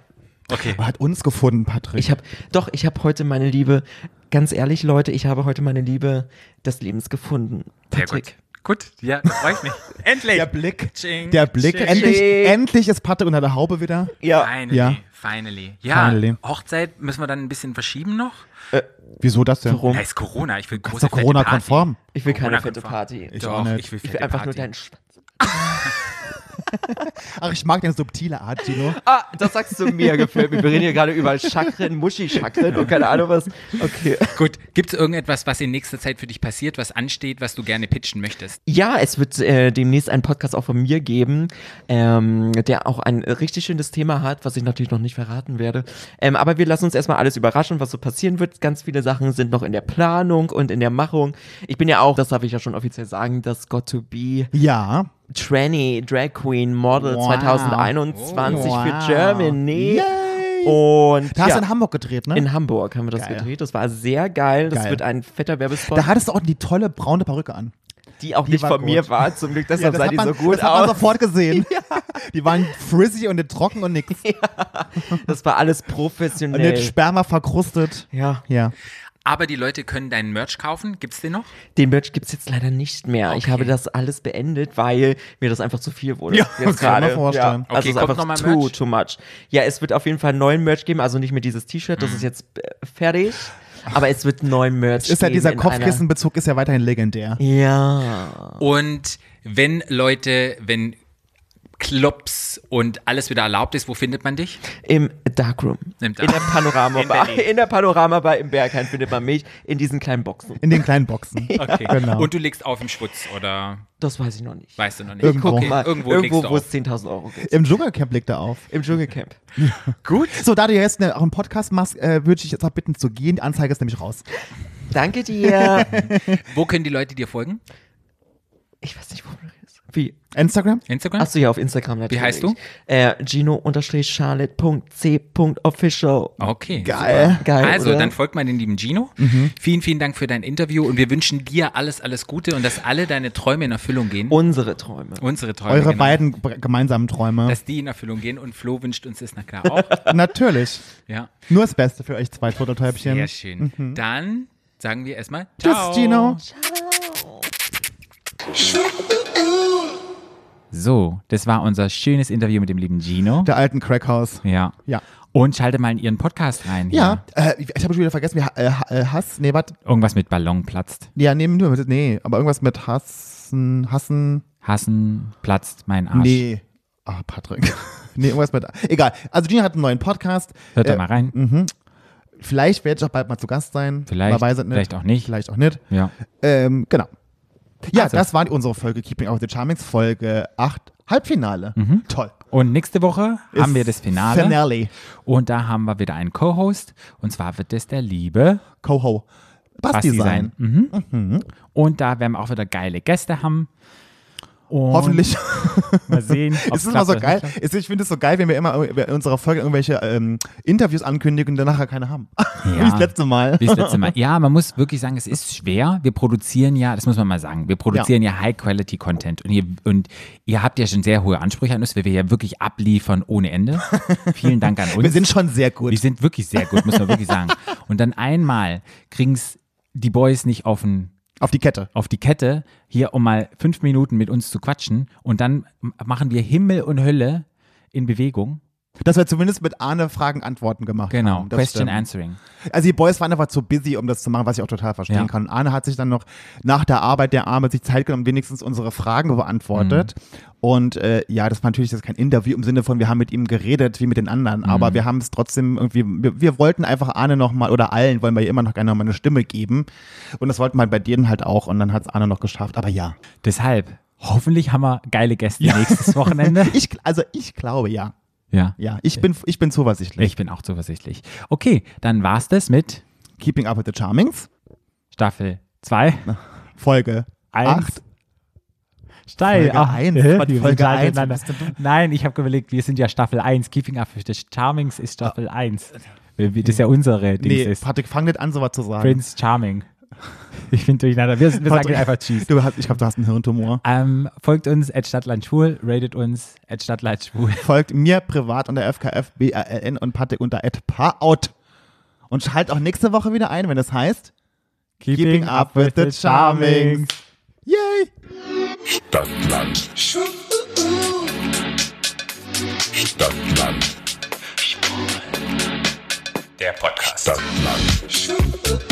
Speaker 1: Okay.
Speaker 2: Hat uns gefunden, Patrick.
Speaker 4: Ich habe, doch, ich habe heute meine Liebe, ganz ehrlich, Leute, ich habe heute meine Liebe des Lebens gefunden.
Speaker 1: Sehr
Speaker 4: Patrick.
Speaker 1: gut. Gut, ja, das freut mich. Endlich.
Speaker 2: der Blick,
Speaker 1: Tsching,
Speaker 2: der Blick,
Speaker 1: tsching.
Speaker 2: endlich,
Speaker 4: Tsching.
Speaker 2: endlich ist Patrick unter der Haube wieder.
Speaker 4: Ja.
Speaker 1: Finally,
Speaker 2: Ja.
Speaker 1: finally. Ja,
Speaker 2: Finally.
Speaker 1: Hochzeit müssen wir dann ein bisschen verschieben noch.
Speaker 2: Wieso das denn?
Speaker 4: Warum?
Speaker 1: Ja, ist Corona, ich will
Speaker 2: Ist
Speaker 1: große
Speaker 2: doch
Speaker 1: fette
Speaker 2: Um- Corona-konform.
Speaker 1: Party.
Speaker 4: Ich will keine
Speaker 1: Corona
Speaker 4: fette
Speaker 1: konform.
Speaker 4: Party. Ich
Speaker 2: Ich auch
Speaker 1: Doch,
Speaker 2: nicht.
Speaker 1: ich will,
Speaker 4: will
Speaker 1: fette
Speaker 4: einfach nur
Speaker 1: Party.
Speaker 4: deinen Schwanz.
Speaker 2: Ach, ich mag deine subtile Art, Gino.
Speaker 4: Ah, das sagst du mir, gefällt mir. Wir reden hier gerade über Chakren, Muschi-Chakren und keine Ahnung was. Okay.
Speaker 1: Gut, gibt es irgendetwas, was in nächster Zeit für dich passiert, was ansteht, was du gerne pitchen möchtest?
Speaker 4: Ja, es wird äh, demnächst einen Podcast auch von mir geben, ähm, der auch ein richtig schönes Thema hat, was ich natürlich noch nicht verraten werde. Ähm, aber wir lassen uns erstmal alles überraschen, was so passieren wird. Ganz viele Sachen sind noch in der Planung und in der Machung. Ich bin ja auch, das darf ich ja schon offiziell sagen, das Got to Be
Speaker 2: Ja.
Speaker 4: Tranny Drag Queen Model
Speaker 2: Wow. Oh,
Speaker 4: 2021
Speaker 2: Wow.
Speaker 4: für Germany.
Speaker 2: Yay.
Speaker 4: Und
Speaker 2: Da hast
Speaker 4: ja.
Speaker 2: du in Hamburg gedreht, ne?
Speaker 4: In Hamburg haben wir das
Speaker 2: Geil.
Speaker 4: gedreht. Das war sehr geil. Das
Speaker 2: Geil.
Speaker 4: wird ein fetter Werbespot,
Speaker 2: da hattest du auch die tolle braune Perücke an.
Speaker 4: die auch nicht
Speaker 2: war
Speaker 4: von
Speaker 2: gut.
Speaker 4: mir war. Zum Glück, deshalb sah
Speaker 2: hat
Speaker 4: die
Speaker 2: man,
Speaker 4: so gut
Speaker 2: das hat man
Speaker 4: aus.
Speaker 2: sofort
Speaker 4: [LAUGHS]
Speaker 2: gesehen. Die waren frizzy und nicht trocken und nix.
Speaker 4: Das war alles
Speaker 2: Und nicht
Speaker 4: professionell.
Speaker 2: Sperma verkrustet.
Speaker 4: Ja,
Speaker 2: Ja.
Speaker 1: Aber die Leute können deinen Merch kaufen. Gibt es den noch?
Speaker 4: den Merch gibt's jetzt leider nicht mehr. Ich
Speaker 1: Okay.
Speaker 4: habe das alles beendet, weil mir das einfach zu viel wurde.
Speaker 2: Ja,
Speaker 4: jetzt
Speaker 2: kann man
Speaker 4: gerade.
Speaker 2: vorstellen.
Speaker 4: Ja, also
Speaker 1: Okay,
Speaker 4: es ist
Speaker 1: kommt
Speaker 4: einfach
Speaker 1: noch mal
Speaker 4: too,
Speaker 1: Merch?
Speaker 4: too much. Ja, es wird auf jeden Fall einen neuen Merch geben, also nicht mehr dieses T-Shirt, das ist jetzt äh, fertig, aber es wird einen neuen Merch
Speaker 2: Ist ja
Speaker 4: geben.
Speaker 2: dieser
Speaker 4: in einer-
Speaker 2: Kopfkissenbezug ist ja
Speaker 4: Ah.
Speaker 2: weiterhin legendär.
Speaker 4: Ja.
Speaker 1: Und wenn Leute, wenn Clubs und alles wieder erlaubt ist, wo findet man dich?
Speaker 4: Im Darkroom.
Speaker 1: Im
Speaker 4: In der
Speaker 1: Dark-
Speaker 4: Panoramabar.
Speaker 1: In
Speaker 4: [LAUGHS] In,
Speaker 1: Berlin.
Speaker 4: der Panoramabar im Berghain findet man mich in diesen kleinen Boxen.
Speaker 2: In den kleinen Boxen.
Speaker 1: [LAUGHS] Okay.
Speaker 2: [LAUGHS] Genau.
Speaker 1: Und du legst auf im Schwutz oder
Speaker 4: Das weiß ich noch nicht.
Speaker 1: weißt du noch nicht?
Speaker 2: Irgendwo.
Speaker 1: Okay,
Speaker 4: Mal,
Speaker 1: irgendwo,
Speaker 4: irgendwo,
Speaker 1: legst du
Speaker 4: wo
Speaker 1: auf.
Speaker 4: es 10.000 Euro gibt.
Speaker 2: Im Dschungelcamp legt er auf.
Speaker 4: Im Dschungelcamp.
Speaker 2: Gut. So, da du ja jetzt eine, auch einen Podcast machst, äh, würde ich dich jetzt auch bitten zu gehen. Die Anzeige ist nämlich raus.
Speaker 1: [LAUGHS]
Speaker 4: Danke dir.
Speaker 1: Wo können die Leute dir folgen?
Speaker 4: ich weiß nicht, wo du bist. Wie?
Speaker 2: Instagram?
Speaker 1: Instagram?
Speaker 4: Achso, ja, auf Instagram natürlich.
Speaker 1: Hm? heißt du?
Speaker 4: Äh, Gino-Charlotte.c.official.
Speaker 1: Okay.
Speaker 2: Geil.
Speaker 4: Geil,
Speaker 1: Oh, Also,
Speaker 4: oder?
Speaker 1: dann folgt mal den lieben Gino.
Speaker 2: Mhm.
Speaker 1: Vielen, vielen Dank für dein Interview und wir wünschen dir alles, alles Gute und dass alle deine Träume in Erfüllung gehen.
Speaker 4: Unsere Träume.
Speaker 1: Unsere Träume.
Speaker 2: Eure
Speaker 1: genau.
Speaker 2: beiden br- gemeinsamen Träume.
Speaker 1: Dass die in Erfüllung gehen und Flo wünscht uns das na klar auch.
Speaker 2: [LAUGHS] Natürlich.
Speaker 1: Ja.
Speaker 2: Nur das Beste für euch zwei Turteltäubchen.
Speaker 1: Sehr schön. Dann sagen wir erstmal
Speaker 2: mhm. Tschüss,
Speaker 1: Ciao.
Speaker 2: Gino.
Speaker 1: So, das war unser schönes Interview mit dem lieben Gino.
Speaker 2: Der alten Crackhaus.
Speaker 1: Ja.
Speaker 2: Ja.
Speaker 1: Und schalte mal in ihren Podcast rein.
Speaker 2: Ja, äh, ich habe schon wieder vergessen, wie ha- äh, ha- äh, Hass, nee, was?
Speaker 1: hier. Irgendwas mit Ballon platzt.
Speaker 2: Ja, nee, nur, mit- nee, aber irgendwas mit Hassen, Hassen,
Speaker 1: Hassen platzt mein Arsch.
Speaker 2: nee. Ah, Patrick. [LAUGHS] nee, irgendwas mit, egal. Also Gina hat einen neuen Podcast.
Speaker 1: Hört da
Speaker 2: Äh,
Speaker 1: mal rein.
Speaker 2: Vielleicht werde ich auch bald mal zu Gast sein.
Speaker 1: Vielleicht,
Speaker 2: Man weiß es nicht.
Speaker 1: vielleicht auch nicht.
Speaker 2: Vielleicht auch nicht.
Speaker 1: Ja.
Speaker 2: Ähm, genau. Ja,
Speaker 1: Also.
Speaker 2: das war unsere Folge Keeping Up with the Charmings, Folge 8, Halbfinale. Toll.
Speaker 1: Und nächste Woche Mhm. haben
Speaker 2: Ist
Speaker 1: wir das Finale.
Speaker 2: Finale.
Speaker 1: Und da haben wir wieder einen Co-Host. Und zwar wird es der liebe
Speaker 2: Coho. Basti,
Speaker 1: Basti
Speaker 2: sein.
Speaker 1: sein. Mhm. Und da werden wir auch wieder geile Gäste haben. Und
Speaker 2: Hoffentlich.
Speaker 1: Mal
Speaker 2: [LAUGHS]
Speaker 1: sehen. ob's
Speaker 2: Es [LAUGHS] ist immer so
Speaker 1: klappt oder
Speaker 2: geil.
Speaker 1: nicht
Speaker 2: Es ist, ich finde es so geil, wenn wir immer in unserer Folge irgendwelche ähm, Interviews ankündigen und dann nachher keine haben. [LAUGHS] Wie das letzte Mal.
Speaker 1: Wie das letzte
Speaker 2: [LAUGHS]
Speaker 1: Mal. Ja, man muss wirklich sagen, es ist schwer. Wir produzieren ja, das muss man mal sagen, wir produzieren ja, High-Quality-Content. Und ihr, und ihr habt ja schon sehr hohe Ansprüche an uns, weil wir ja wirklich abliefern ohne
Speaker 2: [LAUGHS]
Speaker 1: Ende. Vielen Dank an uns.
Speaker 2: Wir sind schon sehr
Speaker 1: wir
Speaker 2: gut.
Speaker 1: sind wirklich sehr gut, muss man wirklich sagen. Und dann einmal kriegen es die Boys nicht auf den
Speaker 2: Auf die Kette.
Speaker 1: auf die Kette, hier um mal fünf Minuten mit uns zu quatschen und dann m- machen wir Himmel und Hölle in Bewegung.
Speaker 2: Dass wir zumindest mit Arne Fragen Antworten gemacht
Speaker 1: Genau,
Speaker 2: haben. Das
Speaker 1: Question
Speaker 2: stimmt.
Speaker 1: Answering.
Speaker 2: Also die Boys waren einfach zu busy, um das zu machen, was ich auch total verstehen
Speaker 1: Ja.
Speaker 2: kann. Und Arne hat sich dann noch nach der Arbeit der Arme sich Zeit genommen, wenigstens unsere Fragen beantwortet.
Speaker 1: Mhm.
Speaker 2: Und äh, ja, das war natürlich jetzt kein Interview im Sinne von, wir haben mit ihm geredet wie mit den
Speaker 1: Mhm.
Speaker 2: anderen, aber wir haben es trotzdem irgendwie, wir, wir wollten einfach Arne nochmal oder allen wollen wir immer noch gerne nochmal eine Stimme geben. Und das wollten wir bei denen halt auch und dann hat es Arne noch geschafft. Aber ja.
Speaker 1: Deshalb, hoffentlich haben wir geile Gäste
Speaker 2: [LAUGHS]
Speaker 1: nächstes Wochenende.
Speaker 2: Ich, gl- also ich glaube ja.
Speaker 1: ja.
Speaker 2: Ja, ich bin, ich bin zuversichtlich.
Speaker 1: Ich bin auch zuversichtlich. Okay, dann war's das mit
Speaker 2: Keeping up with the Charmings,
Speaker 1: Staffel 2.
Speaker 2: Folge
Speaker 1: Eins.
Speaker 2: 8.
Speaker 1: Steil.
Speaker 2: Folge
Speaker 1: Ah,
Speaker 2: eins.
Speaker 1: äh,
Speaker 2: Was,
Speaker 1: wir sind
Speaker 2: Folge
Speaker 1: gerade
Speaker 2: eins?
Speaker 1: miteinander.
Speaker 2: Bist du
Speaker 1: Nein, ich habe überlegt, wir sind ja Staffel 1. Keeping Up with the Charmings ist Staffel 1. Das ist ja unsere Dings
Speaker 2: Ah. Nee,
Speaker 1: ist.
Speaker 2: Patrick, fang nicht an, sowas zu sagen.
Speaker 1: Prince Charming. Ich bin durcheinander. Wir, wir sagen
Speaker 2: Patrick,
Speaker 1: einfach Tschüss.
Speaker 2: Du hast, ich glaube, du hast einen [LAUGHS] Hirntumor.
Speaker 1: Ähm, folgt uns at Stadtland Schwul, ratet uns at Stadtland Schwul.
Speaker 2: Folgt mir privat unter FKF BRLN und Patrick unter @paout. Und schalt auch nächste Woche wieder ein, wenn es heißt Keeping up with the Charmings. Yay!
Speaker 3: Stadtland. Stadtland. Der Podcast. Stadtland.